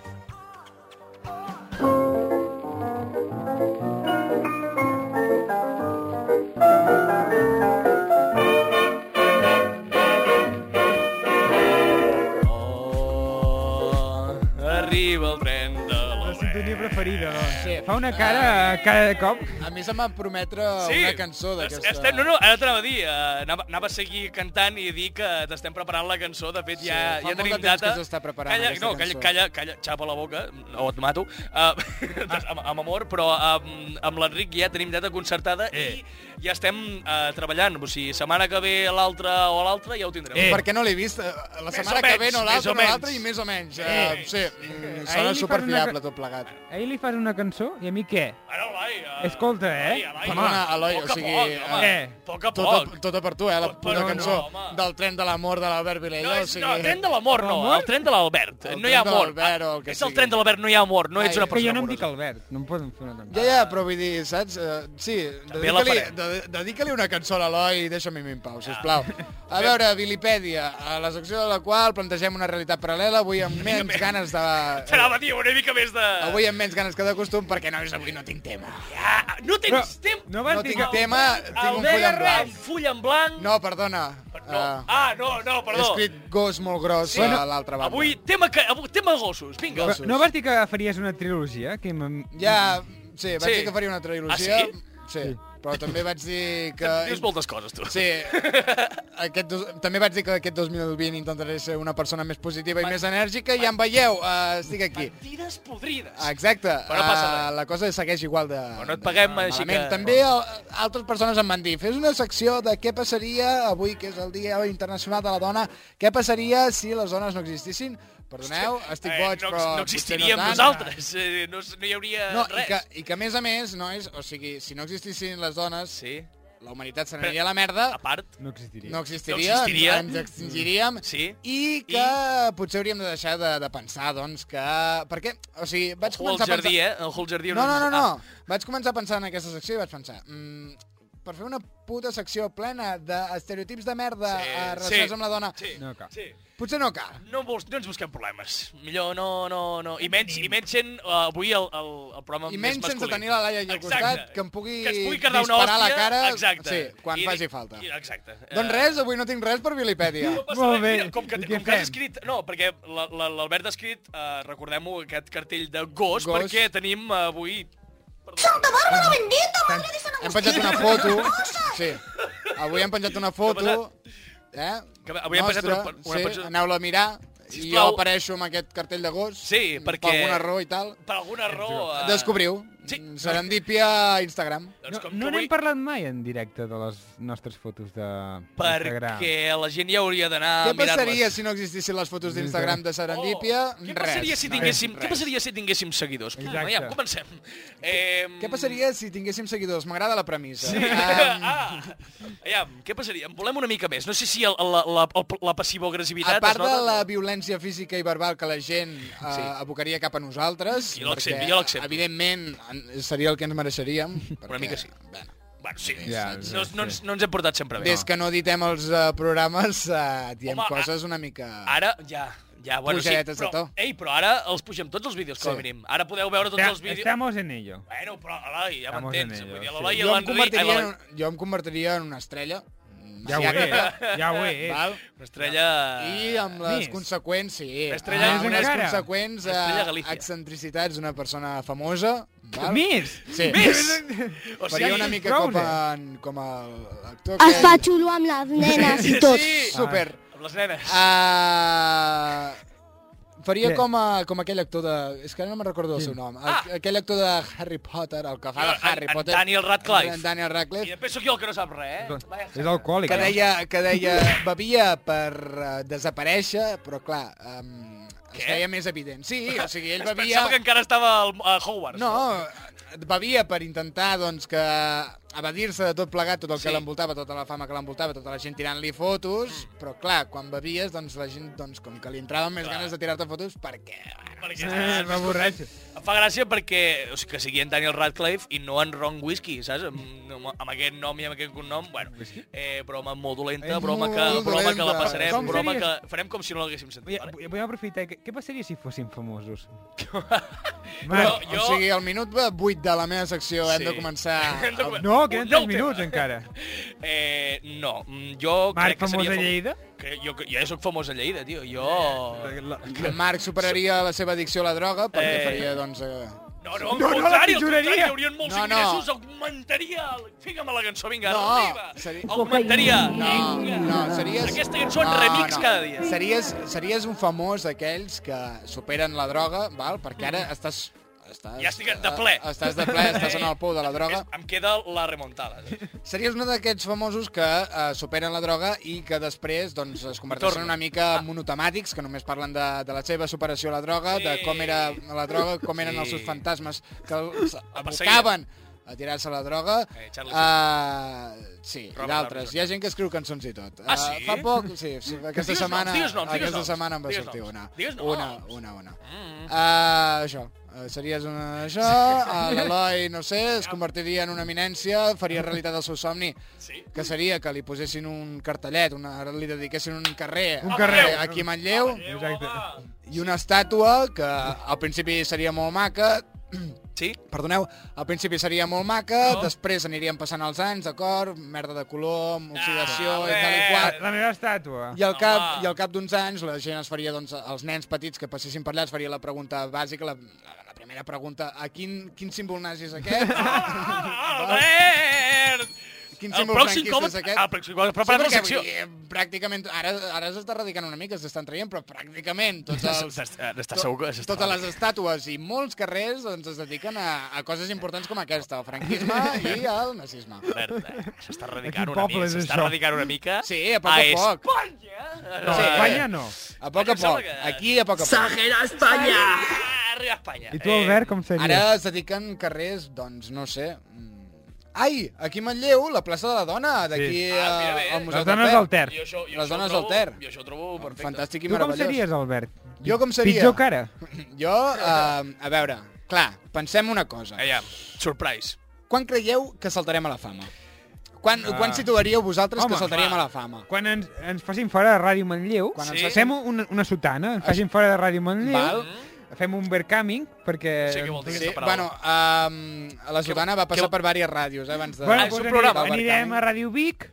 Oh, arriba el tren de
La sintonia
l'Obert.
preferida, doncs.
Sí.
Fa una cara cada cop.
Eh, A mi se m'ha prometre una cançó d'aquesta.
Estem, no, no, ara t'anava a dir, eh, anava, anava a seguir cantant i dir que t'estem preparant la cançó, de fet
Sí,
ja,
fa
ja
molt
tenim
de temps
data.
que s'està preparant
calla,
aquesta
no, calla,
cançó.
calla, calla, xapa la boca, o et mato, uh, amb, amb amor, però amb, amb l'Enric ja tenim data concertada eh. i ja estem uh, treballant, o sigui, setmana que ve l'altra o l'altra ja ho tindrem.
Eh.
Perquè no l'he vist. eh, La
Més
setmana
o
que
menys,
ve no
més o
l'altra, no
menys.
l'altra i més o menys.
Eh.
Eh, sí, mm, sona
Ahir fan
superfiable
una-
tot plegat.
A ell li fas una cançó i a mi què?
Ara, Eloi, eh,
Escolta, eh?
Eloi, Eloi,
Perdona,
home,
Eloi,
poc
o sigui,
A poc, home,
eh,
poc a poc.
Tota, tota per tu, eh, la
Però
puta
no,
cançó
home.
del tren de l'amor de l'Albert Vilella.
No,
o
és,
sigui...
no, el tren de l'amor no, el tren de l'Albert.
El
No hi
tren
ha
de
amor.
l'Albert o el que
és el
sigui.
tren de l'Albert, no hi ha amor, no
Ai,
ets una
que
Que
persona
jo no em dic
amorosa.
Albert, no em poden fer una cançó.
Ja, ja, però vull dir, saps? Uh, sí,
la
dedica-li
farem.
de, dedica una cançó a l'Eloi i deixa'm a mi en pau, sisplau. A veure, Vilipèdia, a la secció de la qual plantegem una realitat paral·lela, avui amb menys ganes de...
T'anava a dir una mica més de...
Avui amb menys ganes que de costum, perquè, nois, avui no tinc tema.
Ah, no
Però
tens temps!
no
no
vas dir
tinc
que...
tema, tinc un
Albert,
full en
Un
blanc.
full en blanc...
No, perdona.
No.
eh,
ah, no, no,
he
perdó.
escrit gos molt gros
Sí.
a l'altra banda.
Avui tema, que, avui, tema gossos, vinga.
Gossos.
No vas dir que faries una trilogia? Que m'em-
Ja, sí, vaig
Sí.
dir que faria una trilogia.
Ah, sí?
Sí, però també vaig dir que...
Dius moltes coses, tu.
Sí, aquest dos, també vaig dir que aquest 2020 intentaré ser una persona més positiva i més enèrgica i ja em veieu, uh, estic aquí.
Mentides podrides.
Exacte,
Però no passa
eh, la cosa segueix igual de...
Però no et paguem,
de
així
malament.
que-
També el, altres persones em van dir, fes una secció de què passaria avui, que és el Dia Internacional de la Dona, què passaria si les dones no existissin? Perdoneu, estic
Eh,
boig,
no,
però...
no
potser
existiríem
tant.
nosaltres, eh, no, no hi hauria
No, i
res.
que, i que a més a més, nois, o sigui, si no existissin les dones,
Sí,
la humanitat se n'aniria a la merda,
a part,
No existiria.
no existiria,
No existiria. Mm.
ens extingiríem,
sí.
i que potser hauríem de deixar de, de pensar, doncs, que... Perquè, o sigui, vaig
Ojo al
començar a
jardí,
pensar...
eh? Ojo al jardí.
No, no, no,
Ah.
no. Vaig començar a pensar en aquesta secció i vaig pensar... Mm, per fer una puta secció plena d'estereotips de merda
Sí,
sí, relacionats
sí.
amb la dona...
Ah, Sí,
No cal.
sí.
Potser no cal.
No, vols, no ens busquem problemes. Millor no... no, no. I menys, i menys sent uh, avui el, el, el programa
I
més
menys
masculí.
sense tenir la Laia aquí al
Exacte.
costat, que em pugui
que es pugui quedar una
disparar
hòstia,
a la cara,
exacte.
sí, quan faci falta.
I, exacte. Eh,
Doncs res, avui no tinc res per Vilipèdia.
No passa
Molt
res,
bé.
mira, com que,
I
com
què
que has
fem?
escrit... No, perquè la- la- l'Albert ha escrit, eh, recordem-ho, aquest cartell de gos,
Gos.
perquè tenim eh, avui...
Hem penjat una foto. Sí. Avui hem penjat una
Què ha
foto. Eh?
Que avui hem penjat
nostra,
una- una
Sí,
penjat-
aneu-la a mirar. I jo
Sisplau.
apareixo amb aquest cartell de gos.
Sí, perquè-
Per alguna raó i tal.
Per alguna raó... Eh,
Descobriu.
Sí.
Sí. Serendípia a Instagram.
Doncs
No,
com
no
que
n'hem
avui...
parlat mai en directe de les nostres fotos de Instagram.
Perquè la gent ja hauria d'anar
Què
a mirar-les.
passaria si no existissin les fotos d'Instagram de Serendípia?
Oh, què passaria si tinguéssim,
Res.
què passaria si tinguéssim seguidors? Pum,
Exacte.
ja, comencem. Eh,
Què passaria si tinguéssim seguidors? M'agrada la premissa. Sí.
Ah, aviam, què passaria? En volem una mica més. No sé si el, la, la, el, la passivo-agressivitat...
A
es
part de
nota.
la violència física i verbal que la gent eh, abocaria cap a nosaltres,
Jo l'accepto,
perquè,
jo l'accepto.
evidentment en- seria el que ens mereixeríem. Perquè,
mica sí.
Bueno,
Bueno, sí,
Ja,
no, no, ens- no ens hem portat sempre bé.
des que no editem els eh, programes eh, diem
Home, ah,
Home, coses una mica...
Ara, ja, ja, bueno,
Pujadetes de
sí, però,
to.
ei, però ara els pugem tots els vídeos, com
Sí.
a mínim. Ara podeu veure tots
Ja,
els vídeos...
Estamos en ello.
Bueno, però, Eloi, ja
Estamos
m'entens.
en ello,
Vull dir,
sí.
l'Eloi i
jo, em
l'Enric... ai,
convertiria en,
l'Eloi-
un- jo em convertiria en una estrella.
Ja ho
asiàtica,
és, ja ho és.
Ah, Val?
Una estrella...
I amb les
Més.
conseqüents, sí.
Estrella
amb
més
unes
encara.
conseqüents eh,
Estrella Galícia.
excentricitats d'una persona famosa. Val?
Més!
Sí.
Més! O
O Faria
sigui,
una mica
Browner.
com, en, com el actor
Es fa xulo amb les nenes i tot.
Sí,
Ah.
super.
Amb les nenes.
Uh, faria
Bé.
com, a, com aquell actor de... És que ara no me'n recordo el seu nom.
Ah.
Ah. Aquell actor de Harry Potter, el que fa de
En-
Harry
en
Potter.
Daniel Radcliffe.
En Daniel
I
Radcliffe.
després sóc jo el que no sap res, eh? Vaja,
Doncs, És alcohòlic.
Que
no?
deia, que deia, bevia per uh, desaparèixer, però clar, um, es
Què?
feia més evident. Sí, o sigui, ell
Es
bevia...
pensava que encara estava al, a Hogwarts.
No, bevia per intentar, doncs, que evadir-se de tot plegat, tot el
Sí.
que l'envoltava, tota la fama que l'envoltava, tota la gent tirant-li fotos,
Mm.
però clar, quan bevies, doncs la gent, doncs, com que li entraven més ganes de tirar-te fotos, perquè... bueno,
Perquè,
Eh, va borratxo.
Em fa gràcia perquè, o sigui, que sigui en Daniel Radcliffe i no en Ron Whiskey, saps? Amb, amb- amb aquest nom i amb aquest cognom, bueno, eh, broma molt dolenta,
És
broma
molt
que, broma que la
dolenta.
passarem,
Com
broma que
series?
farem com si no l'haguéssim sentit.
Vull,
vale?
vull vull aprofitar. Què, què passaria si fóssim famosos?
Però
Marc,
jo...
O sigui, al minut 8 de la meva secció
Sí.
hem de començar...
Hem de començar.
No,
Un
queden
nou
3 minuts
tema.
encara.
Eh, no, mm, jo
Marc,
crec que
famós
seria...
a
fam-
Lleida?
Que jo, que- jo ja sóc famós a Lleida, tio. Jo...
El Marc superaria la seva addicció a la droga perquè
Eh.
faria, doncs... Eh...
No, no, al
No, no, la
contrari, al
milloraria.
contrari, hi haurien molts
No, no.
ingressos, augmentaria... el- Fica-me la cançó, vinga,
No,
arriba.
seria-
Augmentaria.
No,
Vinga.
no, series...
Aquesta cançó en remix cada dia.
Series, series un famós d'aquells que superen la droga, val? perquè ara estàs... estàs
Ja estic de ple.
eh, Estàs de ple, estàs en el pou de la droga.
És- Em queda la remontada.
Series un d'aquests famosos que eh, superen la droga i que després doncs, es converteixen
Torna.
una mica en monotemàtics, que només parlen de, de la seva superació a la droga, de
Sí.
com era la droga, com eren
Sí.
els seus fantasmes que els
perseguien.
abocaven a tirar-se a la droga.
Eh, Charlie
Uh, sí, i
Robert
d'altres.
Armstrong.
Hi ha gent que escriu cançons i tot.
Ah,
Eh,
sí?
fa poc, sí, sí aquesta
Digues
setmana,
noms, digues noms, digues
aquesta
noms.
setmana em va
Digues
sortir
noms.
una.
Digues noms.
Una, una, una. Uh, això. Eh, Series una això, eh, l'Eloi, no sé, es convertiria en una eminència, faria realitat el seu somni,
Sí.
que seria que li posessin un cartellet, una, li dediquessin un carrer, eh,
Un carrer.
aquí a Manlleu,
Exacte.
i una estàtua que al principi seria molt maca,
Sí?
Perdoneu, al principi seria molt maca,
No.
no. després anirien passant els anys, d'acord? Merda de color, amb oxidació,
Ah,
i tal i
bé.
La,
qual.
la meva estàtua.
I al, cap,
Home.
I al cap d'uns anys la gent es faria, doncs, els nens petits que passessin per allà es faria la pregunta bàsica, la, la primera pregunta, a quin, quin símbol nazi és aquest?
Albert!
quin
El
símbol
pròxim
franquista
cop...
és aquest?
Ah, el pròxim cop... Prepara't la
perquè,
secció.
vull dir, pràcticament, ara, ara s'està radicant una mica, s'estan traient, però pràcticament tots els,
Està segur que s'està...
totes les estàtues i molts carrers doncs, es dediquen a, a coses importants com aquesta, el franquisme i el nazisme.
Albert, eh, S'està radicant
quin
una
poble
mica.
és
S'està
això?
radicant una mica.
Sí, a poc a poc.
Espanya!
No,
Sí.
sí. Espanya no.
A poc a
Em sembla
poc,
que-
aquí a poc a poc.
Ah, Arriba a Espanya.
I tu, Albert, com series?
Ara es dediquen carrers, doncs, no sé... mm, Ai, aquí a Manlleu, la plaça de la dona, d'aquí
Sí.
sí.
Ah, mira bé.
al Museu
Les dones del Ter.
Jo això, jo
Les
això ho
dones
trobo-
del Ter.
Jo això ho trobo perfecte.
Fantàstic i
Tu com
meravellós.
series, Albert?
Jo com seria?
Pitjor que ara.
Jo, eh, a veure, clar, pensem una cosa.
Aviam, surprise.
Quan creieu que saltarem a la fama? Quan, ah. quan situaríeu vosaltres Home,
Home,
que saltaríem
va.
a la fama?
Quan ens, ens facin fora de Ràdio Manlleu,
Quan
Quan
ens
sí? fem una, una sotana, ens facin fora de Ràdio Manlleu,
Val.
fem un vercaming, perquè...
Sí, què vol dir?
Sí,
Aquesta paraula.
bueno, um, la Sotana va passar
que-
per diverses ràdios eh, abans de...
Bueno,
Ah, és
doncs
un
anirem,
programa.
anirem a Ràdio Vic,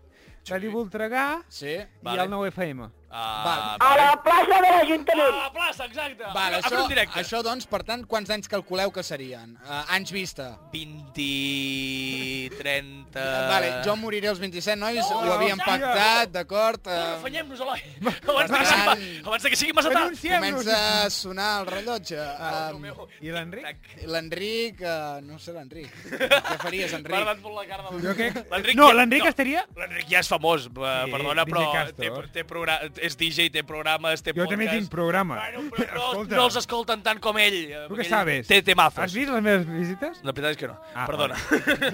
Ràdio Voltregà
Sí?
i
Vale.
el 9FM.
Ah,
A la
vale.
plaça de
A
l'Ajuntament.
la plaça, exacte.
Vale,
a fer
això,
un directe.
això, doncs, per tant, quants anys calculeu que serien? Uh, anys vista.
20... 30...
Uh... Vale, jo moriré als 27, nois, oh, ho havíem
no,
pactat, d'acord? Uh,
Afanyem-nos, Eloi. Abans, de que
tant.
sigui- abans de que sigui massa tard.
Anunciem-nos!
comença a sonar el rellotge.
Ah,
Um,
I l'Enric?
L'Enric... Uh, no sé, l'Enric. Què faries,
M'ha
Enric?
agradat molt la cara de
Jo crec...
l'Enric.
No,
ja-
l'Enric estaria...
L'Enric ja és famós, eh, perdona,
DJ
però té,
Castor.
té progra... és DJ, té programes, té
Jo també tinc programa.
Bueno, però no,
Escolta.
no els escolten tant com ell. eh,
Tu
perquè
què
ell
sabes?
Té temazos.
Has vist les meves visites?
La veritat és que no.
Ah,
Perdona.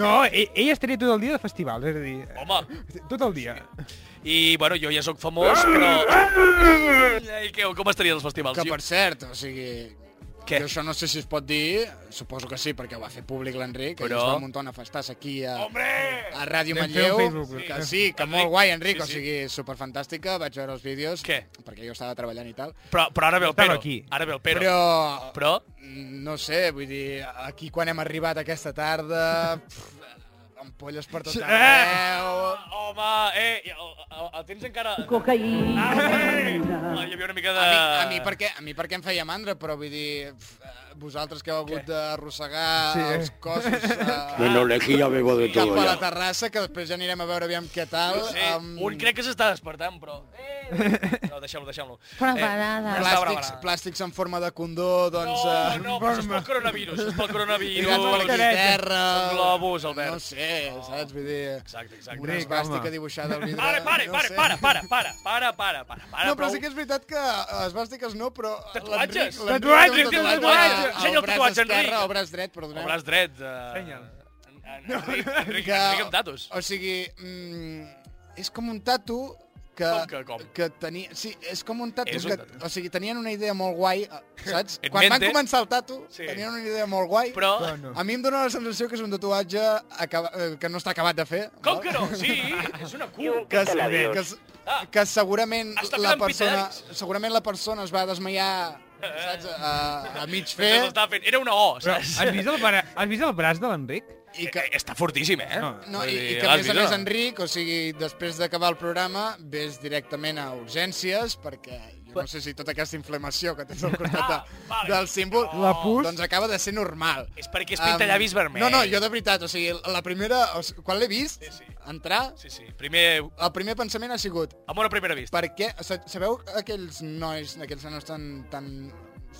No, ell, ell estaria tot el dia de festivals, és a dir...
Home,
Tot el dia.
i bueno, jo ja sóc famós, però... I què, com estaria els festivals?
Que, per cert, o sigui...
Què?
Jo això no sé si es pot dir, suposo que sí, perquè ho va fer públic l'Enric, Però...
Però-
i es va muntar una festassa aquí a,
Hombre!
a Ràdio
Vam fer
Manlleu,
un Facebook,
que
eh?
sí, que
Enric,
molt guai, Enric,
sí,
sí,
sí.
sí. o sigui, superfantàstica, vaig veure els vídeos,
Què?
perquè jo estava treballant i tal,
Però, però ara ve el
Estava
però.
aquí.
Ara ve el
però... mm,
però. Però?
No sé, vull dir, aquí quan hem arribat aquesta tarda... pff, ampolles per
eh!
tot arreu...
Home, eh, i el, el, el tens encara... Cocaïna. Ah, eh! Hi havia una mica de...
A mi, a, mi perquè, a mi perquè em feia mandra, però vull dir, pf, eh, vosaltres que heu hagut d'arrossegar
Sí.
sí. els cossos eh,
Bueno, de aquí ya bebo de
cap
todo
a la
ya.
terrassa, que després ja anirem a veure aviam què tal.
Sí, um... un crec que s'està despertant, però... Eh, no, deixem-lo, deixem-lo.
Preparada.
està brava,
plàstics,
brava.
plàstics en forma de condó,
No,
doncs...
no, però això és pel coronavirus, això és pel
Tirats per aquí
coronavirus.
Mascareta.
terra...
Són globus, Albert.
No sé, saps? Vull dir...
Exacte,
Una
exacte.
Ric,
esbàstica
home.
dibuixada al vidre...
Pare, pare,
no
pare,
sé.
para, para, para, para, para, para, para.
No, però sí que és veritat que eh, esbàstiques no, però...
Tatuatges!
l'Enric- l'Enric té un
Tatuatges, té un
tatuatge
tatuatge!
al
Ensenya el
braç
tatuatge,
esquerre,
Enric.
O braç dret, perdoneu.
O braç dret. Eh...
Senyal.
En, en, Enric, Enric,
que-
Enric amb tatos.
O sigui, mm, és com un tatu que,
Com que com?
que tenia... Sí, és com un tatu
És un
que...
tatu.
O sigui, tenien una idea molt guai, eh, saps?
Et
Quan van
mente.
començar el tatu,
Sí.
sí. tenien una idea molt guai.
Però...
Però no.
A mi em dóna la sensació que és un tatuatge acaba... eh, que no està acabat de fer.
Com
val?
que no? Sí, és una Q.
Que,
Te la
que,
dius.
que,
Ah.
que segurament
Has tocat
la
amb
persona
Pitadix.
segurament la persona es va desmaiar
Eh.
saps, a, a mig fer
Mentre l'estava fent. Era una O,
Però
saps?
has vist el, bra... has vist el braç de l'Enric?
i que,
Eh, Està fortíssim, eh?
No.
No,
Vull
i, i
dir,
que a
l'has
més
vist
a
o
més,
no?
Enric, o sigui, després d'acabar el programa, ves directament a urgències, perquè jo no sé si tota aquesta inflamació que tens al costat de,
Ah, vale.
del símbol,
La pus.
doncs acaba de ser normal.
És perquè és
Em,
pintallavis vermell.
No, no, jo de veritat, o sigui, la primera... O sigui, quan l'he vist
sí.
entrar,
Sí, sí. Primer...
el primer pensament ha sigut
Amor a primera vista.
per què... sa- Sabeu aquells nois, aquells nanos tan, tan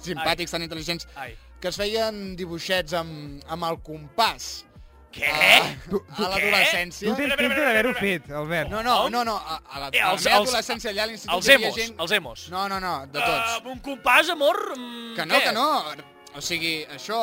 simpàtics, tan intel·ligents,
Ai.
que es feien dibuixets amb, amb el compàs
Eh? Què?
a, a
Tu
l'adolescència?
tens pinta d'haver-ho fet, Albert.
No, no,
Com?
no, no, a, a la,
Eh,
a la
els-
meva
els-
adolescència allà a l'institut
Els
hi havia
emos,
gent...
els emos. Ah,
No, no, no, de tots.
Amb un compàs, amor... mm,
que no,
què?
que no. O sigui, això,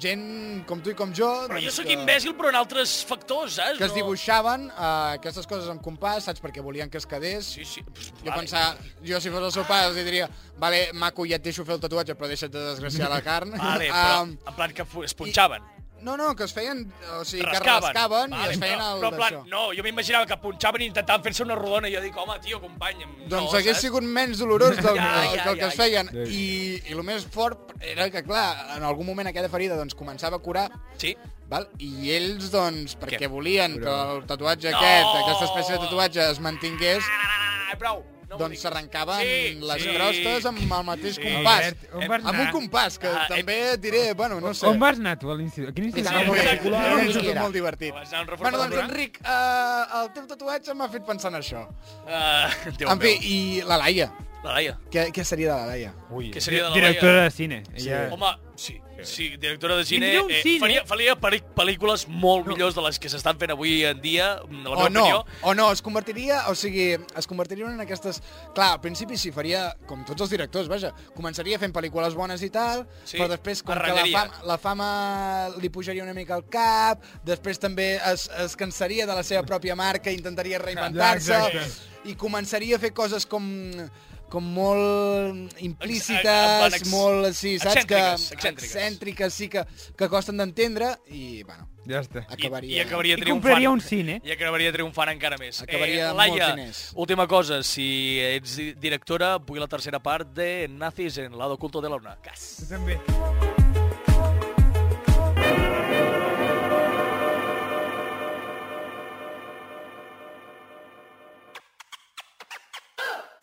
gent com tu i com jo...
Però jo
doncs,
sóc
que-
imbècil, però en altres factors, saps?
Que es
No.
dibuixaven eh, aquestes coses amb compàs, saps? Perquè volien que es quedés.
Sí, sí. Pff,
Jo
vale.
pensava, jo si fos el seu pare els hi diria vale, maco, ja et deixo fer el tatuatge, però deixa't de desgraciar la carn.
Vale, però
Em,
en plan que fu- es punxaven.
no, no, que es feien... O sigui,
rascaven.
que rascaven
Vale,
i es feien
però,
el
però en plan,
d'això.
no, jo m'imaginava que punxaven i intentaven fer-se una rodona i jo dic, home, tio, company, no,
Doncs
saps?
hagués sigut menys dolorós del,
Ja,
del,
ja,
del que
ja,
es feien.
ja.
I, I el més fort era que, clar, en algun moment aquella ferida doncs, començava a curar,
Sí. Ah,
val? i ells, doncs, perquè
Què?
volien que el tatuatge
No!
aquest, aquesta espècie de tatuatge es mantingués,
Ah, prou. No m'ho
doncs
diguis.
s'arrencaven
Sí,
les
sí.
crostes amb el mateix
Sí.
compàs.
Albert, on vas
Amb un
anar?
compàs, que
Ah,
també et diré, bueno, no sé.
On vas anar tu a l'institut? A quin institut?
Era molt,
Sí.
era un institut Doncs molt divertit.
Vas anar a un
Bueno, doncs,
reformatori?
Enric, eh, el teu tatuatge m'ha fet pensar en això.
Ah, Déu
En fi,
meu.
i la Laia.
La Laia.
Què, què seria de la Laia?
Ui,
Què seria de la
directora de cine. Ella...
Home, sí, sí, directora de cine,
Tindria un
eh,
cine.
faria, faria peri- pel·lícules molt millors de les que s'estan fent avui en dia, en la meva
o no,
opinió.
o no, es convertiria, o sigui, es convertiria en aquestes... Clar, al principi sí, faria, com tots els directors, vaja, començaria fent pel·lícules bones i tal,
Sí,
sí, però després, com que la
arranjaria.
fama, la fama li pujaria una mica al cap, després també es, es cansaria de la seva pròpia marca, intentaria reinventar-se,
Exacte.
i començaria a fer coses com com molt
Ex-
implícites,
ex-
molt, sí, saps que...
excèntriques, excèntriques.
Excèntriques, sí, que, que costen d'entendre i, bueno,
Ja està.
acabaria...
I, i acabaria
I
triomfant.
compraria un cine.
I acabaria triomfant encara més. Eh,
Acabaria amb
Laia,
molts diners.
última cosa. Si ets di- directora, vull la tercera part de Nazis en lado oculto de la luna. Cas.
Tu també.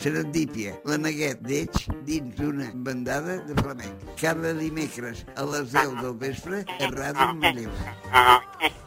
Serendípia, la neguet d'Eix dins d'una bandada de flamenc. Cada dimecres a les 10 del vespre a Ràdio Manlleu.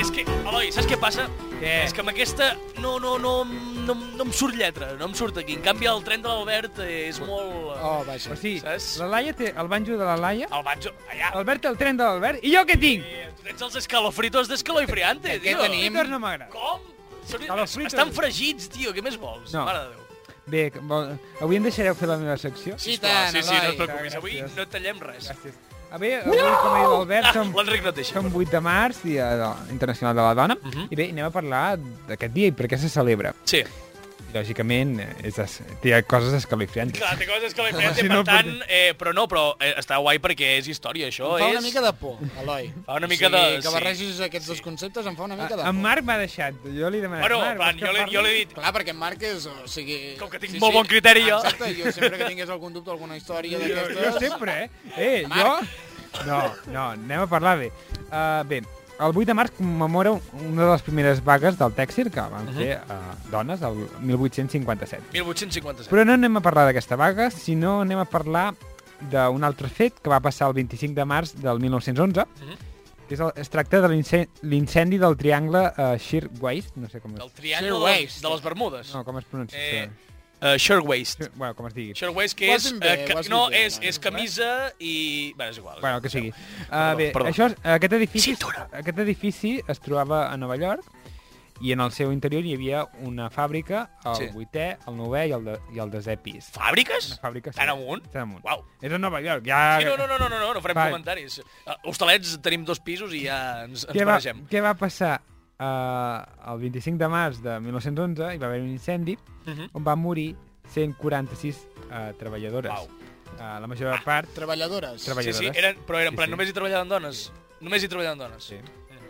És que, Eloi, saps què passa?
Què?
És que amb aquesta no, no, no, no, no em surt lletra, no em surt aquí. En canvi, el tren de l'Albert és molt...
Oh, vaja.
O sigui,
Saps?
la Laia té el banjo de la Laia,
El vaig... Allà.
Albert el tren de l'Albert, i jo què tinc?
Tu tens els escalofritos d'escaloi friante,
Què
tio.
I
tenim?
no m'agrada.
Com? Són,
Escalofritos.
estan fregits, tio. Què més vols?
No.
Mare de Déu.
Bé, que vol- avui em deixareu fer la meva secció?
Sí,
Sisplau,
tant,
sí, sí, no et
Eloi.
preocupis. Avui
Gràcies.
no tallem res.
Gràcies. A bé, avui, com ha dit
Ah,
l'Albert, som...
L'Enric no et deixa.
Som 8 de març, Dia de- Internacional de la Dona,
Mhm.
i bé, anem a parlar d'aquest dia i per què se celebra.
Sí.
Lògicament, eh, és, es- té coses escalofriants.
Clar, té coses que l'he
Si
si
no,
per tant, eh, però no, però eh, està guai perquè és història, això.
Em fa
és...
una mica de por, Eloi.
Fa una mica de-
Que
sí.
barregis aquests dos conceptes em fa una mica de
A-
por.
En Marc m'ha deixat, jo li he demanat.
Bueno, en
Marc,
plan,
vols que
jo, li,
parli?"
jo li he dit...
Clar, perquè en Marc és, o sigui...
Com que tinc molt bon criteri, jo.
Exacte, jo sempre que tingués algun dubte, alguna història d'aquestes...
Jo sempre, eh? Eh,
Marc.
jo... No, no, anem a parlar bé. Uh, bé, el 8 de març commemora una de les primeres vagues del tèxtil que
Mhm.
van fer uh, dones el 1857.
1857.
Però no anem a parlar d'aquesta vaga, sinó anem a parlar d'un altre fet que va passar el 25 de març del 1911,
Mhm.
que és el, es tracta de l'ince- l'incendi del triangle uh, Shearwaist, no sé com es,
Del triangle
Sure
de,
Waist.
les- de les Bermudes.
no, com es pronuncia.
Eh,
Eh...
Uh, shirt waist.
Bueno, com es digui.
Shirt waist
Ho
que
has
és...
dit bé,
eh, ca-
ho has dit
no,
bé,
és,
Dani,
és camisa i... Bé, és igual.
Bueno, el que sigui. Uh,
Perdó,
bé,
perdó.
això, és- aquest, edifici,
Cintura.
aquest edifici es trobava a Nova York i en el seu interior hi havia una fàbrica, el
Sí.
sí. vuitè, el novè i el, de, i el desè pis.
Fàbriques?
Una fàbrica,
Tan amunt?
Tan amunt.
Uau.
És a Nova York, ja...
Sí, no, no, no, no, no, no, no farem
Va.
comentaris. Uh, hostalets, tenim dos pisos i ja ens, ens
Què va,
manegem.
què va passar? Uh, el 25 de març de 1911 hi va haver un incendi
Mhm.
on van morir 146 uh, treballadores.
Uau.
Uh, la major part...
Treballadores.
Treball-
Sí, sí,
treballadores.
eren, però eren,
Sí,
en plan,
sí.
només hi treballaven dones. Només hi treballaven dones.
Sí.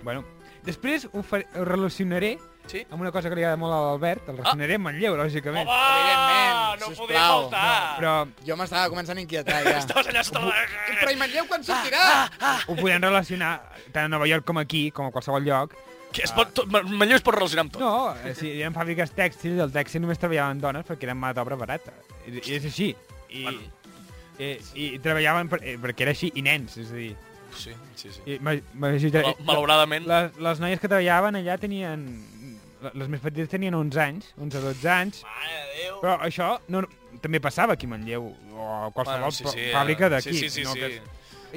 Bueno, després ho, fa... ho relacionaré
Sí?
amb una cosa que li agrada molt a l'Albert, el relacionaré amb Manlleu, lògicament.
Home,
Evidentment,
no
sisplau.
podia faltar.
Però
Jo m'estava començant a inquietar, ja.
Estaves allà sota la...
Però i Manlleu
Ah,
quan sortirà?
ho podem relacionar tant a Nova York com aquí, com a qualsevol lloc.
Que es pot, tot, Ma- Manlleu es pot relacionar amb tot.
No, eh, si hi ha fàbriques tèxtils, el tèxtil només treballaven dones perquè eren mà d'obra barata. I, i és així. I,
Bueno.
i, i treballaven per, eh, perquè era així, i nens, és a dir...
Sí, sí, sí.
I, ma, ma,
Mal- Malauradament, la...
les, les noies que treballaven allà tenien... Les més petites tenien 11 anys, 11 o 12 anys,
Mare de Déu.
però això no, també passava aquí a Manlleu o a qualsevol
Bueno, sí, sí,
fa- fàbrica
eh,
d'aquí.
Sí, sí, sí.
no
sí.
que-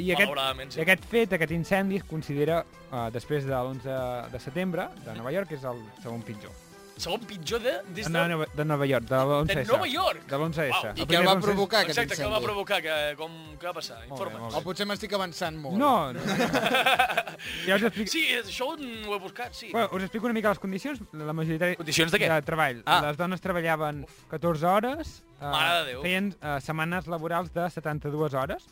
I
I
aquest,
Malauradament,
I
sí.
aquest fet, aquest incendi, es considera, eh, després de l'11 de setembre de Nova York, que és el segon pitjor.
Segon pitjor de... Des
De,
de...
Nova, de Nova York, de l'11S.
De Nova York?
De l'11S.
Uau.
I què el va provocar, aquest
Exacte, que el va
incendi?
provocar, que, com, què va passar? Informa'ns.
molt
O potser m'estic avançant molt.
No, no. ja us explico... Sí.
Sí, això ho he buscat, sí.
Bueno, us explico una mica les condicions. La majoria
Condicions de què?
De treball.
Ah.
Ah. Les dones treballaven 14 hores, eh,
Mare de Déu.
feien eh, setmanes laborals de 72 hores,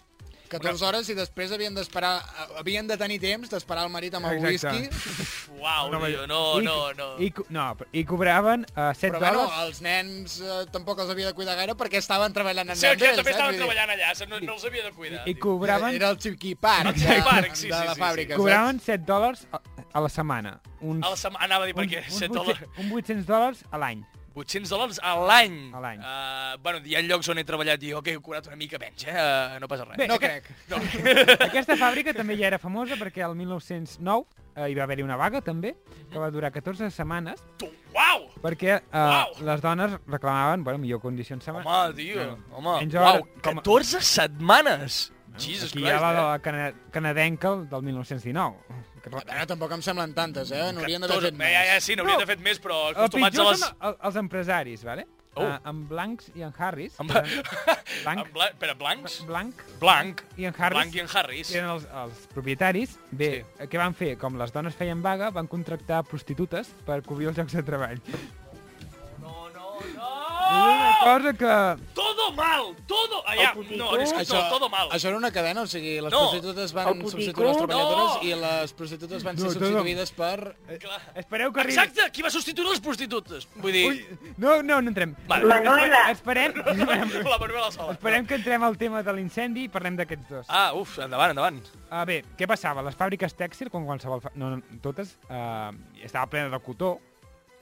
14 hores i després havien d'esperar... Havien de tenir temps d'esperar el marit amb el
Exacte.
whisky.
Uau,
Nova
tio,
York.
no,
I-
no, no.
I, co- no, però- i cobraven eh, 7
Però bueno,
dòlars...
els nens eh, tampoc els havia de cuidar gaire perquè estaven treballant en
Sí,
nens.
que també estaven
Vull dir,
treballant allà, se- no, no els havia de cuidar.
I
tio.
cobraven...
Eh, Era el Chiqui Park, de,
Park, sí,
de
sí,
la
sí,
fàbrica.
Cobraven 7 dòlars a, a la setmana. Uns,
A la setmana, anava a dir per què, 7 dòlars.
Un 800 dòlars a l'any.
800 dòlars a l'any.
A l'any.
Uh, bueno, hi ha llocs on he treballat i jo que he curat una mica menys, eh? Uh, no passa res.
Bé,
No crec.
No.
Aquesta fàbrica també ja era famosa perquè el 1909 eh, hi va haver-hi una vaga, també, que va durar 14 setmanes,
Tu, uau!
perquè eh,
Uau!
les dones reclamaven bueno, millor condicions setmanals.
Home, tio, home.
Menys
Uau,
hores, com a-
14 setmanes! Jesus
Aquí hi
Christ,
ha la, de
eh?
la cana canadenca del 1919.
A veure, tampoc em semblen tantes, eh? N'haurien d'haver
14,
fet
ja, ja,
més.
sí, n'hauríem
No.
de fet més, però
El
acostumats a
pitjor
les...
són el- els empresaris, vale?
Oh.
oh. eh, en Blancs i en Harris.
Amb...
que eren
Blanc.
Blanc,
Amb bla... Espera, blancs?
Blanc
Blanc.
i en Harris.
Blanc i en Harris.
que eren els, els propietaris. Bé, sí. què van fer? Com les dones feien vaga, van contractar prostitutes per cobrir els llocs de treball.
No, no,
És una
no!
cosa que...
Todo mal, todo... Allà, no, és que no, todo mal.
Això era una cadena, o sigui, les
No.
no. prostitutes van substituir les
No.
treballadores no. i les prostitutes van ser
No, Eh,
no,
tot-
substituïdes per...
Clar.
Espereu que arribi...
Exacte, qui va substituir les prostitutes? Vull dir...
Ui, no, no, no entrem.
Vale.
Manuela.
Esperem, esperem,
La Manuela Sala.
esperem que entrem al tema de l'incendi i parlem d'aquests dos.
Ah, uf, endavant, endavant.
Ah, bé, què passava? Les fàbriques tèxtil, com qualsevol... Fa... No, no, totes, eh, estava plena de cotó,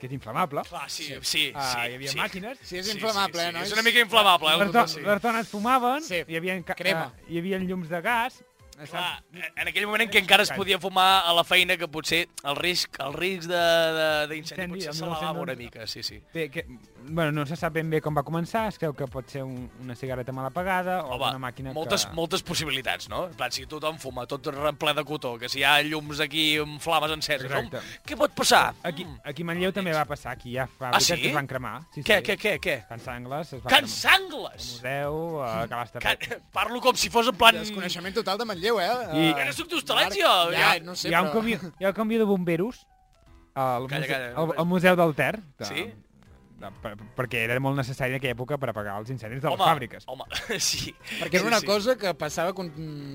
que és inflamable.
Clar, sí, sí, sí.
Ah,
sí
hi havia màquines.
Sí, és inflamable, eh, nois?
És una mica inflamable, eh?
Les,
el
do
cotó, sí.
les dones fumaven,
Sí.
hi havia, ca-
Crema.
eh, hi havia llums de gas... eh,
Clar,
saps?
en aquell moment en què encara es podia fumar a la feina, que potser el risc, el risc de- de- d'incendi
Incendi,
potser
el
s'elevava
1911.
una mica, sí, sí.
Bé, que, bueno, no se sap ben bé com va començar, es creu que pot ser un, una cigarreta mal apagada o
Home,
una màquina
moltes,
que...
moltes possibilitats, no? En plan, si tothom fuma, tot ple de cotó, que si hi ha llums aquí amb flames enceses,
Exacte.
no? què pot passar?
Aquí, aquí a Manlleu també va passar, aquí hi ha fàbriques
Ah, sí?
que es van cremar. Sí,
Què,
sí.
què, què, què?
Can Sangles es va
Can
cremar.
Sangles!
Museu, a Calàs Terrat.
Can... Parlo com si fos en plan...
Desconeixement total de Manlleu, eh?
I-
Era subtostalets,
Marc,
jo!
Ja,
Ja.
no sé,
Hi ha un
però...
camió, hi ha un camió de bomberos al
Calla,
museu,
calla.
Al, al museu del Ter. De,
Sí?
De, per, perquè era molt necessari en aquella època per apagar els incendis de les
Home,
fàbriques.
home, sí.
Perquè era
Sí,
una
sí.
cosa que passava con...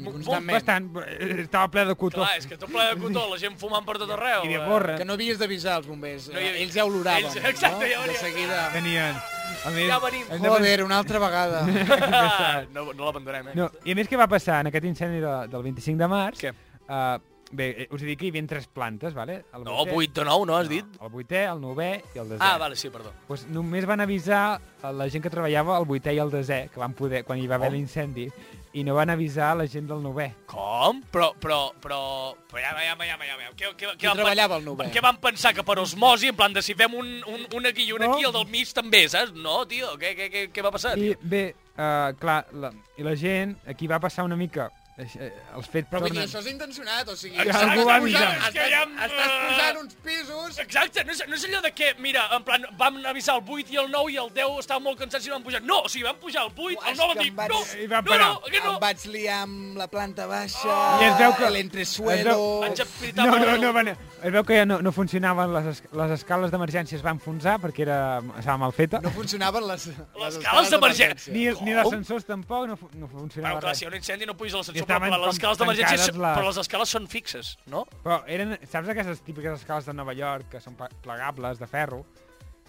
constantment.
Bastant, eh, estava ple de cotó.
Clar, és que tot ple de cotó, la gent fumant per tot arreu.
Hi havia
eh,
borra.
Que no havies d'avisar els bombers.
No hi havia-
Ells ja oloraven.
Ells- exacte,
no?
ja
De
hauria-
seguida.
Tenien... A més,
Ja venim.
hem de pensar-
Joder, una altra vegada.
Ah, no no l'abandonem, eh?
No, I a més què va passar en aquest incendi de, del 25 de març?
Què?
Uh, bé, eh, us he dit que hi havia tres plantes, vale? El
No, 8 de 9, no, has dit?
No, el vuitè, el novè i el desè.
Ah, vale, sí, perdó.
Pues només van avisar a la gent que treballava al vuitè i al desè, que van poder, quan hi va
Oh.
haver
Com?
l'incendi, i no van avisar la gent del novè.
Com? Però, però, però... però ja, ja, ja, ja, ja. Què, què,
Qui treballava al novè?
Què van pensar? Que per osmosi, en plan de si fem un, un, un aquí i un
No.
aquí, el del mig també, saps? No, tio, què, què, què, què va
Ah,
passar?
I bé, uh, clar, la, i la gent, aquí va passar una mica... així, eh, Els fets
Però vull dir,
tornen...
això és intencionat, o sigui...
Exacte,
estàs
algú va
posant-
avisar.
Que ja em- Eh,
Estàs, estàs posant uns pisos...
Exacte, no és, no és allò de que, mira, en plan, vam avisar el 8 i el 9 i el 10 estava molt cansats i no van pujar. No, o sigui, van pujar el 8,
Uah,
el 9
és que
van dir,
em vaig-
no,
I van
no,
parar.
no, que no.
Em vaig liar amb la planta baixa,
I es veu que- es
l'entresuelo...
veu-
Vaig apretar
No,
molt
no,
el-
no, van, es veu que ja no, no funcionaven les, es- les escales d'emergència, es va enfonsar perquè era, estava mal feta.
No funcionaven les...
escales
escales
d'emergència.
Ni, ni
Com?
l'ascensor tampoc no, fu- no funcionava
Bueno, clar,
res.
si hi ha un incendi no puguis a
I
l'ascensor,
estaven
però, les
com
escales d'emergència...
tancades
són-
les-
Però les escales són fixes, no?
Però eren, saps aquestes típiques escales de Nova York que són pa- plegables de ferro,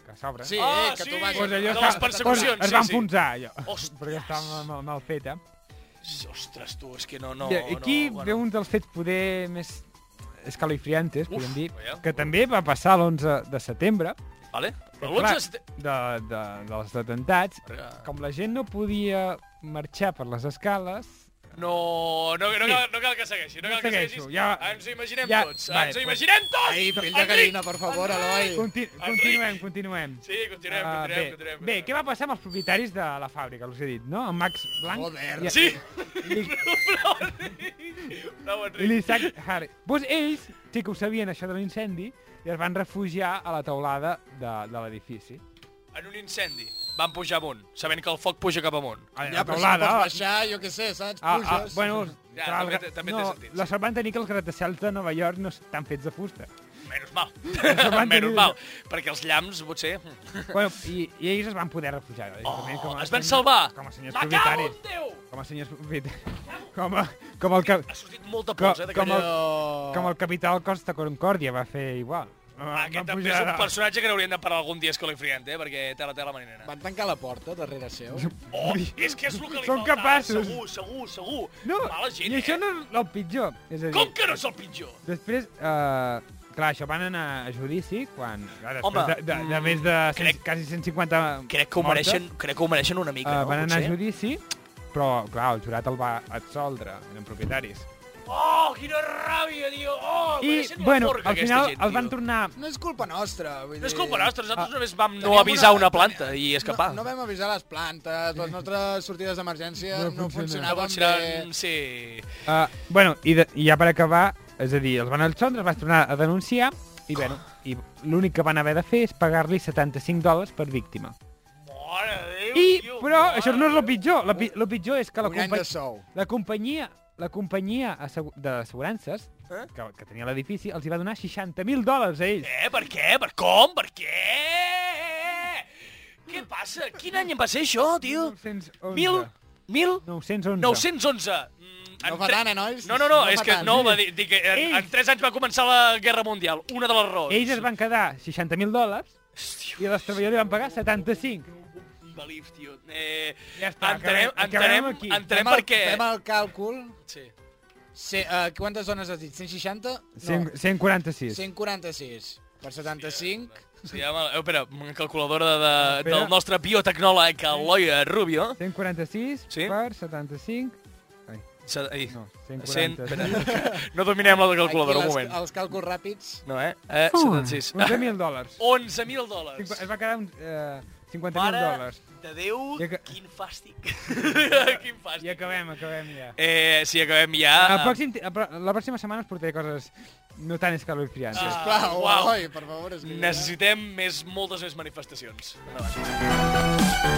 que s'obren?
Sí,
Ah,
eh, que
sí.
tu vagis...
Pues allò
està-
de les persecucions,
es
sí,
va
sí.
enfonsar, allò.
Ostres.
Perquè estava mal, mal, mal feta.
Ostres, tu, és que no, no...
I aquí
no,
ve un dels fets poder més escalofriantes,
Uf,
podem dir,
veieu?
que també va passar l'11 de setembre,
Vale?
que,
Però
clar,
l'11 de...
de, de, dels atemptats,
Ara.
com la gent no podia marxar per les escales,
No, no, no, cal, no cal que segueixi, no cal que
Segueixo,
segueixis.
ja-
Ens ho imaginem
ja-
tots,
vale,
ens ho
pues-
imaginem tots!
Ai, pell de gallina, per favor, Eloi.
conti continuem, continuem.
Sí, continuem,
Ah,
continuem,
bé,
continuem.
Bé, què va passar amb els propietaris de la fàbrica, us he dit, no? En Max Blanc
Joder.
i,
Sí!
i,
Bravo,
i
Enric.
l'Isaac Harry. Doncs ells sí que ho sabien, això de l'incendi, i es van refugiar a la teulada de, de l'edifici.
En un incendi van pujar amunt, sabent que el foc puja cap amunt.
A
Ja,
la
però si no
teulada.
pots baixar, jo què sé, saps?
Ah,
Puges.
ah, bueno,
Ja,
clar, el
també
gra-
té- també té
no,
sentit,
la
sí.
sort van tenir que els gratacels de Nova York no estan fets de fusta.
Menys mal.
Mm, van tenir-
Menys mal, perquè els llams, potser...
bueno, i, I ells es van poder refugiar. lògicament,
Oh,
a
es van
senyors-
salvar!
Com a senyors
Me cago en
propietaris.
Déu!
Com a senyors propietaris. Com, a, com el que...
Ha sortit molta
Com,
pols, eh,
com,
d'aquella...
el, com el capital Costa Concòrdia va fer igual. Van
Ah, Aquest també
pujar
és un
a-
personatge que n'hauríem de parlar algun dia escalofriant, eh? Perquè té la tela marinera.
Van tancar la porta darrere seu.
Oh, és que és el que li
Són
faltava,
capaços.
Segur, segur, segur.
No,
Mala gent,
i això
eh?
no és el pitjor. És a dir,
Com que no és el pitjor?
Després, eh, clar, això van anar a judici quan... Clar, després
Home,
de, de, de més de cent,
crec-
quasi 150
Crec que ho
mortes,
mereixen, crec que ho mereixen una
eh,
mica, no?
van anar a
potser?
judici, però, clar, el jurat el va absoldre, eren propietaris.
Oh, quina ràbia, tio! Oh,
I,
mereixen una
bueno,
forca,
al
aquesta
final
gent,
els van
tio.
tornar... Ah.
No és culpa nostra. Vull
No és
dir-
culpa nostra, nosaltres només vam no
Teníem
avisar una planta i escapar.
No, no vam avisar les plantes, les nostres sortides d'emergència
No
no, no
funcionaven.
funcionaven
Funcionaven,
bé.
sí.
Uh, bueno, i, de, i ja per acabar, és a dir, els van absoldre, es van tornar a denunciar, i, bueno, i l'únic que van haver de fer és pagar-li 75 dòlars per víctima. I, però, això no és el pitjor. La, pi- el pitjor és que la,
Un any
compa
de sou.
la companyia la companyia assegu- d'assegurances eh? que, que tenia l'edifici els hi va donar 60.000 dòlars a ells.
Eh, per què? Per com? Per què? Què passa? Quin any em va ser això, tio?
1911.
Mil... Mil...
911.
911. Mm, en
No fa
tre-
tant, eh, nois?
No, no, no,
No fa
és que
tant.
no, va dir, dir que en,
Ells-
en 3 anys va començar la Guerra Mundial. Una de les raons.
Ells es van quedar 60.000 dòlars i les treballadores van pagar 75.
Valif, tio. Eh,
Ja està,
entenem,
acabem- acabem
entenem,
aquí.
entenem
Fem el-
per què...
Fem el càlcul.
Sí.
Se, uh, quantes zones has dit? 160?
Cent- 146.
146 per 75.
Sí, ja, me- eh, espera, una calculadora de, de,
Espera.
del nostre biotecnòleg, Eloi Rubio.
146
Sí.
per 75. Ai,
Se- ai,
no,
100,
140.
espera, no dominem la calculadora, un
les-
moment.
Els càlculs ràpids.
No, eh? eh 76.
11.000 dòlars.
11.000 dòlars.
Cinqu- Es va quedar un, eh, 50.000
Oh, Mare
dòlars.
de Déu,
I aca-
quin fàstic. quin
I
fàstic.
acabem, acabem ja.
Eh, sí, acabem ja.
El pròxim, el pro- la pròxima setmana us portaré coses no tan escalofriants.
Ah.
Sisplau,
uau.
oi, per favor. És que-
Necessitem més, moltes més manifestacions. Endavant.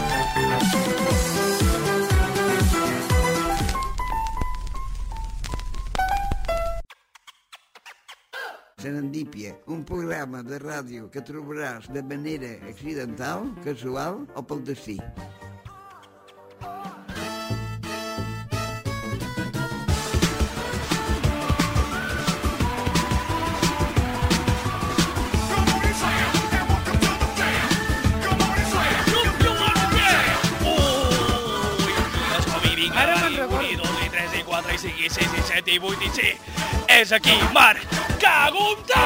Serendípia, un programa de ràdio que trobaràs de manera accidental, casual o pel destí.
Ara me'n recordo. 2, i 3, i 4, i 5, i 6, i 7, i 8, i 6. És aquí, Marc Cagunta!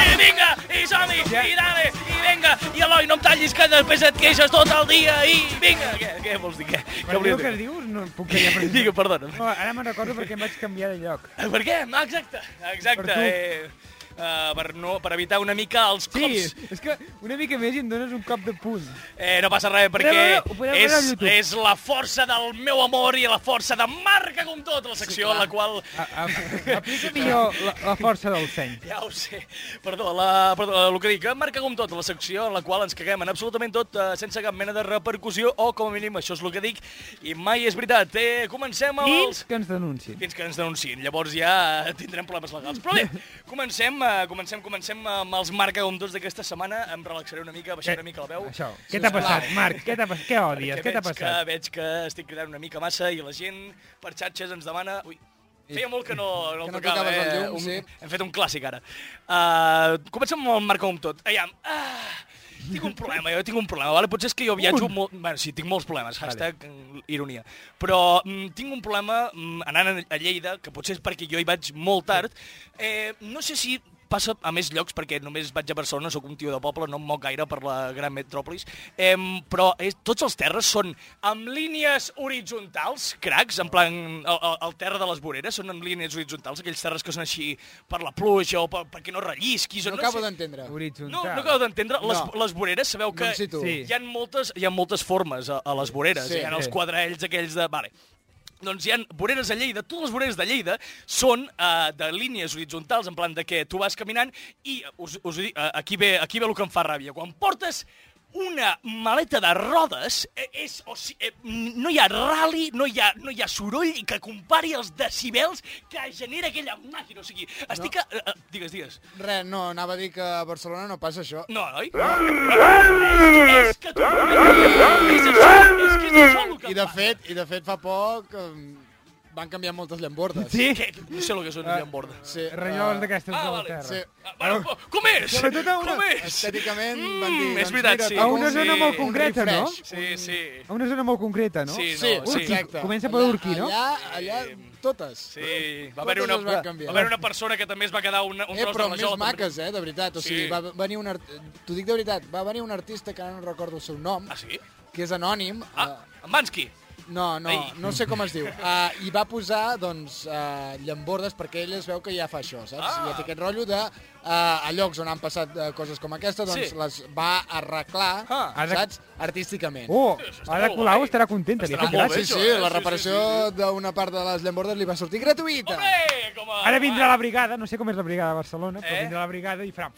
I vinga, i som-hi, i dale, i vinga, i Eloi, no em tallis, que després et queixes tot el dia, i vinga. Què, què vols dir? Què, què
Però tu
volia
el que
dir?
dius no puc callar per
Digue, perdona'm.
No, ara me'n recordo perquè em vaig canviar de lloc.
Per què? Ah, Exacte, exacte.
Per tu.
eh, eh, per, no, per evitar una mica els
Sí,
cops.
és que una mica més i em dones un cop de punt.
Eh, no passa res, perquè
veure- ho podeu veure
és,
a YouTube.
és la força del meu amor i la força de marca com tot, la secció sí, la qual...
A, a, aplica millor la, la força del seny.
Ja ho sé. Perdó, la, perdó, el que dic, eh, marca com tot, la secció en la qual ens caguem en absolutament tot eh, sense cap mena de repercussió, o com a mínim això és el que dic, i mai és veritat. Eh, comencem amb els...
Fins que ens denunciin.
fins que ens denunciïn. Llavors ja tindrem problemes legals. Però bé, comencem, eh, comencem, comencem amb els marca com tots d'aquesta setmana. Em relaxaré una mica, baixaré una mica la veu.
Eh, Això. Què t'ha passat, Marc? Què t'ha passat? Què odies? Què t'ha
veig
passat?
Que, veig que estic cridant una mica massa i la gent per xatxes ens demana... Ui, feia molt que no, no,
Eh, Que no
tocava,
tocaves el
eh?
llum,
un,
sí.
Hem fet un clàssic ara. Uh, comencem amb el Marc amb tot. Aviam, ah, tinc un problema, jo tinc un problema, vale? potser és que jo viatjo molt... Bueno, sí, tinc molts problemes, hashtag mm, ironia. Però mm, tinc un problema mm, anant a- a Lleida, que potser és perquè jo hi vaig molt tard. Eh, no sé si passa a més llocs, perquè només vaig a Barcelona, sóc un tio de poble, no em moc gaire per la gran metròpolis, eh, però és, tots els terres són amb línies horitzontals, cracs, en plan el, el, el terra de les voreres, són amb línies horitzontals, aquells terres que són així per la pluja o per, perquè no rellisquis. o
No acabo
sé.
d'entendre.
No,
Horitzontal.
no acabo d'entendre. Les,
No.
les voreres, sabeu
No
que
em situo.
Sí.
hi, ha moltes, hi ha moltes formes a, a les voreres.
Sí.
hi ha els
Sí.
quadrells aquells de... Vale. Doncs hi ha voreres a Lleida, totes les voreres de Lleida són uh, de línies horitzontals, en plan de que tu vas caminant i eh, us, us ho dic, eh, aquí, ve, aquí ve el que em fa ràbia. Quan portes una maleta de rodes, eh, és, o si, eh, no hi ha rally, no hi ha, no hi ha soroll i que compari els decibels que genera aquella màquina. O sigui, estic... A, eh, eh, digues, digues.
Res, no, anava a dir que a Barcelona no passa això.
No, oi? és que tu... És això, és que és això el que
I de fet, i de fet fa poc em, van canviar moltes llambordes. Eh,
Sí?
Què? No sé el que és un llamborda.
sí
Renyoles
eh,
d'aquestes
Ah,
de la
vale.
terra.
Sí.
Ah, bueno, com és?
Sobretot a una-
Com és?
Estèticament van
Mm,
dir...
és
doncs
veritat,
mira,
sí.
toca
A
una
un-
zona molt concreta, no?
refresh,
Sí,
un-
sí.
A una zona molt concreta, no?
Sí, no,
Sí,
sí.
Urquí.
exacte.
Comença per
Allà-
Urquí, no?
Allà, allà, totes. Eh,
Sí, va
Totes
haver una,
les
va
van canviar.
haver una persona que també es va quedar un, un
Eh,
tros
però
de
més
rajola.
maques, eh, de veritat. O
Sí.
sigui, va venir un... art- T'ho dic de veritat, va venir un artista que ara no recordo el seu nom,
Ah, sí?
que és anònim.
Ah,
eh,
en Mansky.
No, no,
Ai.
no sé com es diu. Uh, I va posar, doncs, uh, llambordes, perquè ell es veu que ja fa això, saps?
Ah.
Ah. I té aquest rotllo de, uh, a llocs on han passat uh, coses com aquesta, doncs
Sí.
sí. les va arreglar,
Ah.
ah. saps? Artísticament.
Oh,
està
Ada
molt
Colau
guai.
estarà contenta. li ha
Estarà
fet
molt
Ah,
bé,
gràcies.
sí,
això,
sí,
eh?
la
Sí, sí,
reparació d'una part de les llambordes li va sortir gratuïta.
Home, com a...
Ara vindrà la brigada, no sé com és la brigada a Barcelona, però
Eh?
vindrà la brigada i farà...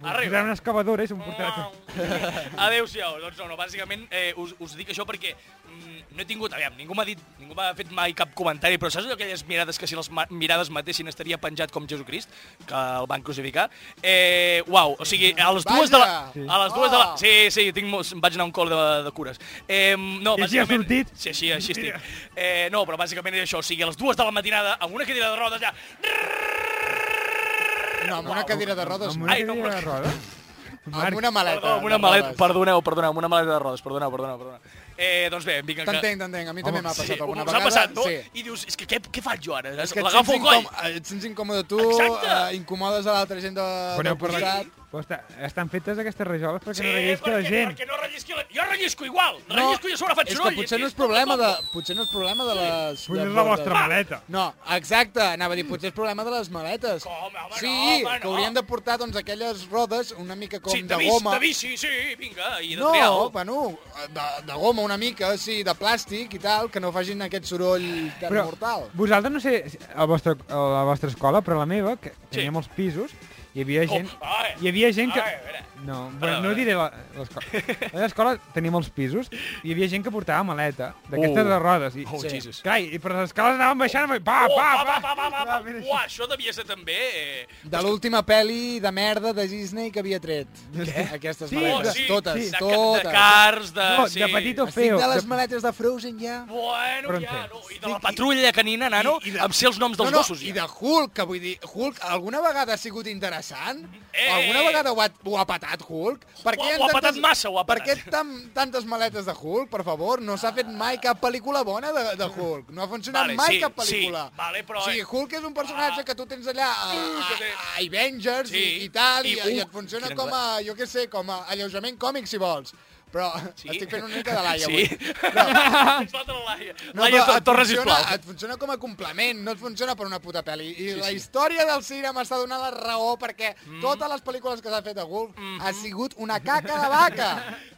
Arriba. Ah,
Arriba. una excavadora i s'ho portarà...
Adéu-siau. Doncs no, no, bàsicament eh, us, us dic això perquè mm, no he tingut, aviam, ningú m'ha dit, ningú m'ha fet mai cap comentari, però saps allò, aquelles mirades que si les ma mirades matessin estaria penjat com Jesucrist, que el van crucificar? Eh, uau, o sigui, a les dues de la...
Vaja!
A les dues de la...
Ah!
Sí, sí, tinc, molts- vaig anar a un col de, de cures. Eh, no,
I així ha
bàsicament-
sortit?
Sí, així, així estic. Eh, no, però bàsicament era això, o sigui, a les dues de la matinada, amb una cadira de rodes, ja...
No, amb una cadira de rodes.
Amb
Amb
una
Ai, no,
cadira de
però-
rodes.
una, amb una maleta.
Perdó, amb una
de
maleta,
rodes.
perdoneu, perdoneu, amb una maleta de rodes, perdoneu, perdoneu, perdoneu. Eh, doncs bé, vinga, que...
T'entenc, t'entenc. A mi també m'ha passat
sí,
alguna
us
vegada.
ha passat, no?
Sí.
I dius, és que què, què faig jo ara?
És que et sents,
L'agafo al coll.
incòmode, et sents incòmode tu,
Exacte.
eh, incomodes a l'altra gent de,
Bueno,
del
però-
costat.
Però està, estan fetes aquestes rajoles perquè no rellisca
perquè,
la gent.
perquè no rellisqui la... Jo rellisco igual, no, rellisco i a sobre faig
és
soroll.
que potser no és problema de, potser no és problema de les...
Vull
de-
dir la
de-
vostra maleta.
No, exacte, anava a dir, potser és problema de les maletes.
Com, home,
sí,
no, home,
que
no.
hauríem de portar doncs, aquelles rodes una mica com
Sí, de,
de
bici,
goma.
de bici, sí, vinga, i de
no,
trial.
bueno, de, de goma una mica, sí, de plàstic i tal, que no facin aquest soroll tan
Però
mortal.
vosaltres no sé si a, vostra, a la vostra escola, però a la meva, que tenia molts pisos, hi havia
Com?
gent...
Ai,
hi havia gent que...
ai, a veure.
no,
Perdó,
bueno, no
eh?
diré la- l'escola. A l'escola tenia molts pisos i hi havia gent que portava maleta d'aquestes
Oh.
de rodes. I,
Oh, Jesus.
Clar, i per les escales anaven baixant... Pa, pa,
Oh,
pa,
va, va, va, va, va, va.
mira,
Uah, això devia ser també... eh,
De l'última pel·li de merda de Disney que havia tret. Què? Aquestes
Sí,
maletes.
sí,
totes,
sí.
Oh, de,
totes.
De cars, de...
No,
sí.
de petito
Estic
feo.
de les
de-
maletes de Frozen ja.
Bueno,
Però en
ja,
què?
no. I de la patrulla canina, nano,
I- i de-
amb ser els noms dels
no, no,
gossos.
I
ja.
de Hulk, que vull dir, Hulk alguna vegada ha sigut interessant?
Eh,
alguna
eh,
vegada ho ha, ho ha patat, Hulk? Per
Ho ha-
hi ha
ho ha patat massa, ho ha
Per què
patat.
tam, tantes maletes de Hulk, per favor? No s'ha fet mai cap pel·lícula bona de, de Hulk. No ha funcionat
Vale,
mai
sí,
cap
sí,
pel·lícula.
vale, però,
O sigui,
eh,
Hulk és un personatge
ah,
que tu tens allà a,
que
a,
té-
a Avengers i,
Sí,
i tal,
i
i, i,
un-
et funciona
quina
com a, jo què sé, com a alleujament còmic, si vols. Però
Sí?
estic fent una mica de laia
sí.
avui.
Ens falta la Laia. Laia,
però
to-
et
torna,
funciona,
sisplau.
Et funciona com a complement, no et funciona per una puta pel·li. I sí, la història del cine m'està donant la raó perquè mm. totes les pel·lícules que s'ha fet a Wolf
Mm-hmm.
mm. ha sigut una caca de vaca.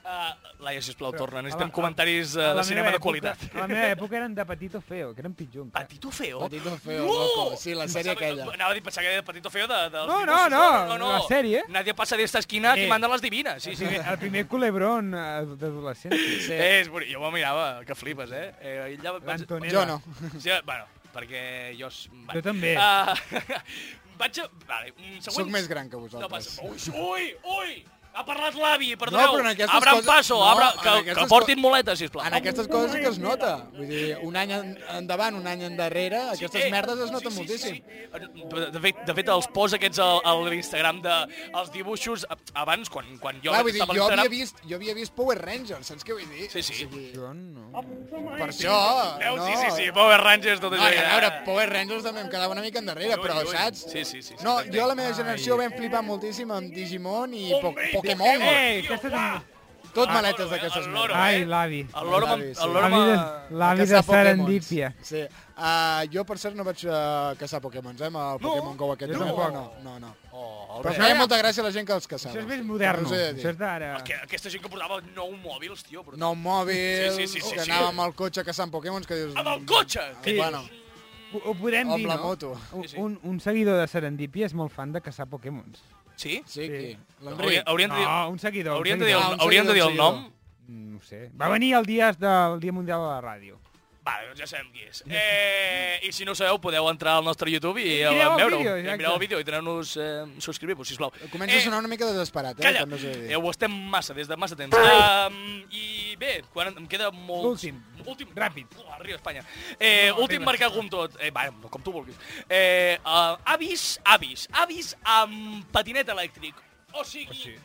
Uh, Laia, sisplau, torna.
a
Necessitem
la-
comentaris eh,
a la
de cinema
meva
de
època-
qualitat.
A la meva època eren de petito feo, que eren pitjor. encara.
Patito Feo?
Patito Feo, loco. Sí, la
Pensava-
sèrie aquella.
Anava a dir, pensava que era Patito Feo de... de
No, no, no, la sèrie.
Nadie pasa de esta esquina, aquí
Eh.
mandan las divinas. Sí,
El
sí.
primer, el primer culebron eh, d'adolescència.
Sí. Eh, és bonic. Jo m'ho mirava, que flipes, eh? eh ja vaig...
L'Antonella.
Jo no.
Sí, bueno, perquè jo... s-
Jo també.
Ah, vaig a... Vale, un següent...
Sóc més gran que
No
vosaltres.
passa... Ui, ui, ui! Ha parlat l'avi, perdoneu.
però en aquestes
Abran
coses-
passo,
no,
abra...
en
que, que
aquestes
portin
co-
muletes, sisplau.
En aquestes coses sí que es nota. Vull dir, un any en- endavant, un any endarrere, aquestes
eh.
merdes es noten moltíssim.
moltíssim. Eh, De fet, de fet els posa aquests al, a l'Instagram de els dibuixos a- abans, quan, quan jo
Clar, vull dir,
estava a
jo havia
l'Instagram...
vist, jo havia vist Power Rangers, saps què vull dir?
Sí, sí.
O sigui,
Jo no.
per això,
Veus?
no.
Eh, Sí, sí, sí, Power Rangers, tot
No,
això.
i a
ja.
veure, Power Rangers també em quedava una mica endarrere,
Ui,
però
ui.
saps?
Sí, sí, sí, sí,
No,
t'entenc.
jo a la meva generació vam flipar moltíssim amb Digimon i po
Hombre,
Pokémon.
Ei, aquestes...
Tot
Ah,
maletes
el
d'aquestes
loro,
merdes.
Ai, l'avi.
eh. El loro...
L'avi, sí.
El loro...
L'avi de, l'avi de
Caçar Pokémons.
Serendípia.
Sí. Uh, jo, per cert, no vaig uh, caçar Pokémons, eh, amb el Pokémon GO aquest.
jo
No,
tampoc.
no, no. no.
Oh,
Però
Albert.
feia molta gràcia a la gent que els caçava.
Això és més modern.
Us he de dir.
Això és d'ara.
Que, aquesta gent que portava nou mòbils, tio. Però...
Nou mòbil,
Sí, sí, sí, sí,
que
sí.
anava amb el cotxe caçant Pokémons, que dius...
Amb el cotxe!
Sí. Bueno,
Ho, ho podem
o
dir,
amb la
no?
moto.
Un,
Sí, sí.
un, un seguidor de Serendípia és molt fan de caçar Pokémons.
Sí?
Sí, qui?
Hauria-
L'Enric.
Haurien, de dir...
No, un seguidor.
Hauríem
un
de dir,
Ah,
seguidor. Mm,
el,
un
hauríem de dir
seguidor,
el
un
nom?
seguidor.
No ho sé. Va venir el dia del Dia Mundial de la Ràdio.
Va, doncs ja sabem qui és. Eh, I si no ho sabeu, podeu entrar al nostre YouTube i, el
mireu el
veure-ho.
vídeo,
I
exacte.
mireu el vídeo i teneu-nos... Eh, Subscriviu-vos, sisplau.
Comença a sonar una mica desesperat, eh?
eh, Calla!
També us he de dir.
Eh, ho estem massa, des de massa temps. Um, I bé, quan em queda molt...
L'últim.
Últim.
Ràpid.
Uah, arriba Espanya. Eh, no, últim marcar com tot. Eh, va, com tu vulguis. Eh, uh, avis, avis. Avis amb patinet elèctric. O sigui...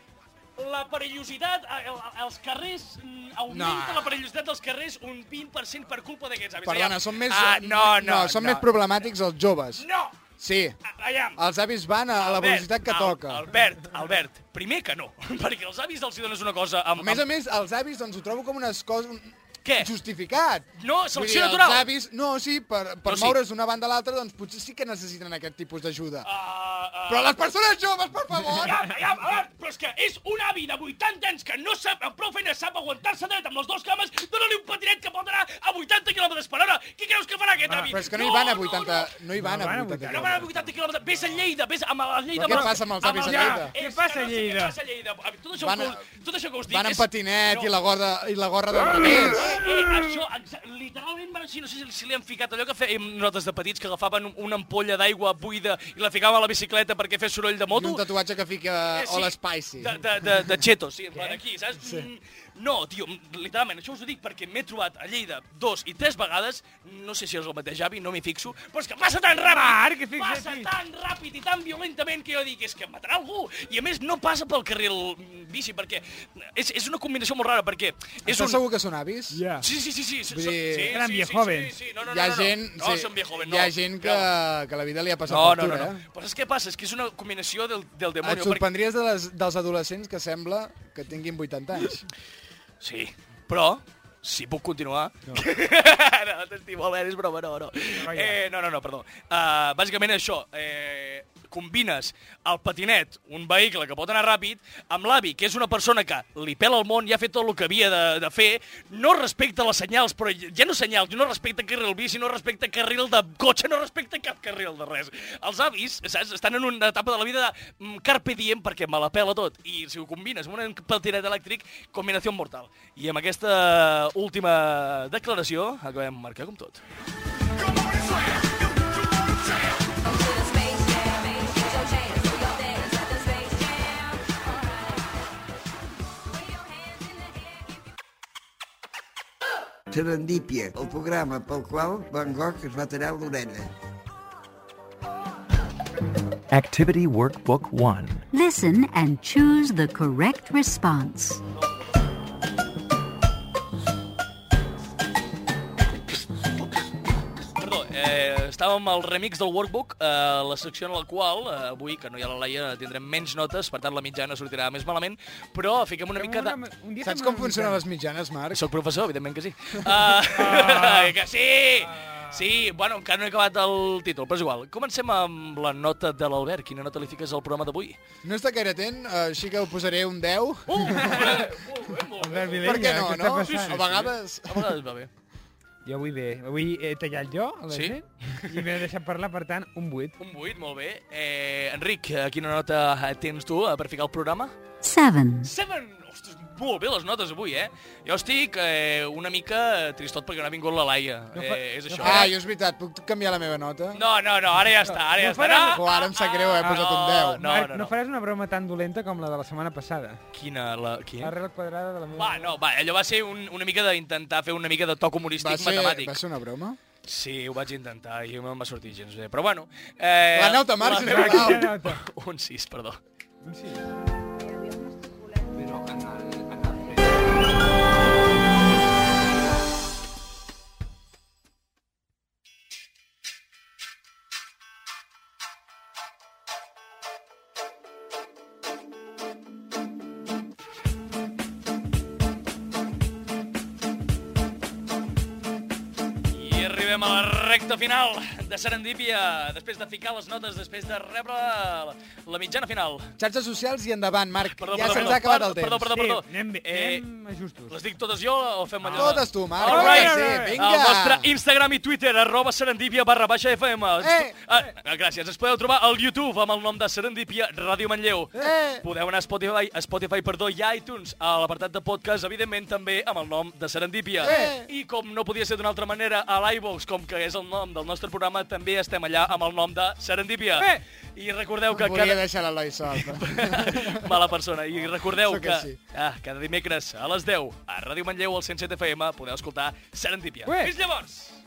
La perillositat, eh, el, els carrers, mm, augmenta
No.
la perillositat dels carrers un 20% per culpa d'aquests avis.
Perdona,
Aviam.
són més...
Ah, no, no,
són
no.
més problemàtics els joves.
No!
Sí.
Aviam.
Els avis van a la
Albert,
velocitat que
Al-
toca.
Albert, Albert, primer que no, perquè els avis els hi dones una cosa amb...
A més a
amb-
més, els avis doncs ho trobo com unes coses... un-
Què?
Justificat.
No,
Vull
selecció
dir,
natural.
Els avis, no, sí, per, per
No, sí.
moure's d'una banda a l'altra, doncs potser sí que necessiten aquest tipus d'ajuda.
Ah, a...
Però les persones joves, per favor!
Ja, ja, a veure, però és que és un avi de 80 anys que no sap, amb prou feina sap aguantar-se dret amb les dues cames, dona-li un patinet que pot anar a 80 km per hora. Què creus que farà aquest avi?
Però és que no hi van a 80... No hi van a
No van a
80.
No van a 80 km, vés a Lleida, vés amb la Lleida.
Però què
amb la-
passa amb els avis
el-
a Lleida?
És
Què
que
passa
no sé
a Lleida?
Què passa a Lleida? Tot això,
Van
que,
a-
us- tot això que us dic...
Van amb
és-
patinet
no.
i la gorra, i la gorra de patinets.
Eh, això, exa- literalment, van així, no sé si, si li han ficat allò que fèiem nosaltres de petits, que agafaven un- una ampolla d'aigua buida i la ficaven a la bicicleta perquè fes soroll de
I
moto.
un tatuatge que fica
Eh, sí,
All Spicy.
De, de, de, de Cheto, sí, en plan aquí, saps? Mm, No, tio, mm, literalment, això us ho dic perquè m'he trobat a Lleida dos i tres vegades, no sé si és el mateix avi, no m'hi fixo, però és que passa tan ràpid,
Marc, fixa't.
passa tan ràpid i tan violentament que jo dic, és que em matarà algú. I a més no passa pel carril mm, bici, perquè és, és una combinació molt rara, perquè és
Estàs
un...
segur que són avis?
Ja.
Sí, sí, sí, sí. sí,
Vull
sí,
dir,
sí,
Gran
sí,
viejo
sí,
joven.
Sí, sí, no, no,
hi ha
no, no.
gent,
no,
sí,
són viejo joven, no.
hi ha gent que,
No,
que la vida li ha passat
No, no, no,
factura.
no. Però saps què passa? És que és una combinació del, del
Eh? Et
demonio. perquè-
sorprendries de les, dels adolescents que sembla que tinguin 80 anys.
Sí, però si puc continuar... No, no t'estimo, Albert, és broma, no, no.
Vaja.
Eh, no, no, no, perdó. Uh, bàsicament això, eh, combines el patinet, un vehicle que pot anar ràpid, amb l'avi, que és una persona que li pela el món, ja ha fet tot el que havia de, de fer, no respecta les senyals, però ja no senyals, no respecta carril bici, no respecta carril de cotxe, no respecta cap carril de res. Els avis, saps, estan en una etapa de la vida de mm, carpe diem perquè me la pela tot, i si ho combines amb un patinet elèctric, combinació mortal. I amb aquesta última declaració acabem marcar com tot.
Serendípia, el programa pel qual Van Gogh es va tallar l'orella.
Activity Workbook 1.
Listen and choose the correct response.
Perdó, eh, estàvem al remix del workbook, eh, la secció en la qual, eh, avui, que no hi ha la Laia, tindrem menys notes, per tant la mitjana sortirà més malament, però fiquem una mica de...
Un dia
Saps
fem
com
una
funcionen
mica-
les mitjanes, Marc?
Soc professor, evidentment que sí. Uh, que sí! Sí, bueno, encara no he acabat el títol, però és igual. Comencem amb la nota de l'Albert. Quina nota li fiques al programa d'avui?
No està gaire atent, eh, així que ho posaré un 10.
Uh, molt bé, molt bé.
Albert Vilella,
Per què no,
què
no?
està passant?
A vegades...
A vegades va bé.
Jo avui bé. Avui eh, he tallat jo, a la
Sí?
gent, i m'he deixat parlar, per tant, un 8.
Un 8, molt bé. Eh, Enric, eh, quina nota tens tu eh, per ficar el programa?
7.
7! Ostres, molt bé les notes avui, eh? Jo estic eh, una mica tristot perquè no ha vingut la Laia. Eh, és això.
Ah, jo és veritat, puc canviar la meva nota?
No, no, no, ara ja està, ara ja
No
està.
faràs-
Oh, ara em sap greu, eh, he posat un 10.
Ah, No,
Marc,
no, no.
faràs una broma tan dolenta com la de la setmana passada.
Quina, la... Qui?
L'arrel quadrada de la meva...
Va, no, va, allò va ser un, una mica d'intentar fer una mica de toc humorístic
Va ser,
matemàtic.
va ser una broma?
Sí, ho vaig intentar i no em va sortir gens bé. Però bueno... Eh,
La nota, Marc,
la-
sisplau.
Quina nota?
Un 6, perdó.
Sí.
I arribem a la recta final de Serendípia, després de ficar les notes, després de rebre la, la mitjana final.
Xarxes socials i endavant, Marc.
Perdó,
ja
perdó,
se'ns
perdó,
ha acabat el
perdó,
temps.
perdó, perdó,
Sí,
perdó.
anem, bé,
Eh,
anem justos.
Les dic totes jo o fem allò?
Totes tu, Marc.
All
right,
Sí,
all right.
vinga.
El vostre Instagram i Twitter, arroba serendipia barra baixa FM. Ens-
Eh!
Ah, gràcies. Ens podeu trobar al YouTube amb el nom de Serendipia Ràdio Manlleu.
Eh!
Podeu anar a Spotify, a Spotify perdó, i a iTunes, a l'apartat de podcast, evidentment també amb el nom de Serendipia.
Eh!
I com no podia ser d'una altra manera, a l'iVox, com que és el nom del nostre programa, també estem allà amb el nom de Serendipia.
Eh!
I recordeu que
Volia deixar l'Eloi sol. però-
Mala persona. I recordeu
Això
que,
que sí.
ah, cada dimecres a les 10 a Ràdio Manlleu al 107 FM podeu escoltar Serendipia.
Ué!
Fins llavors!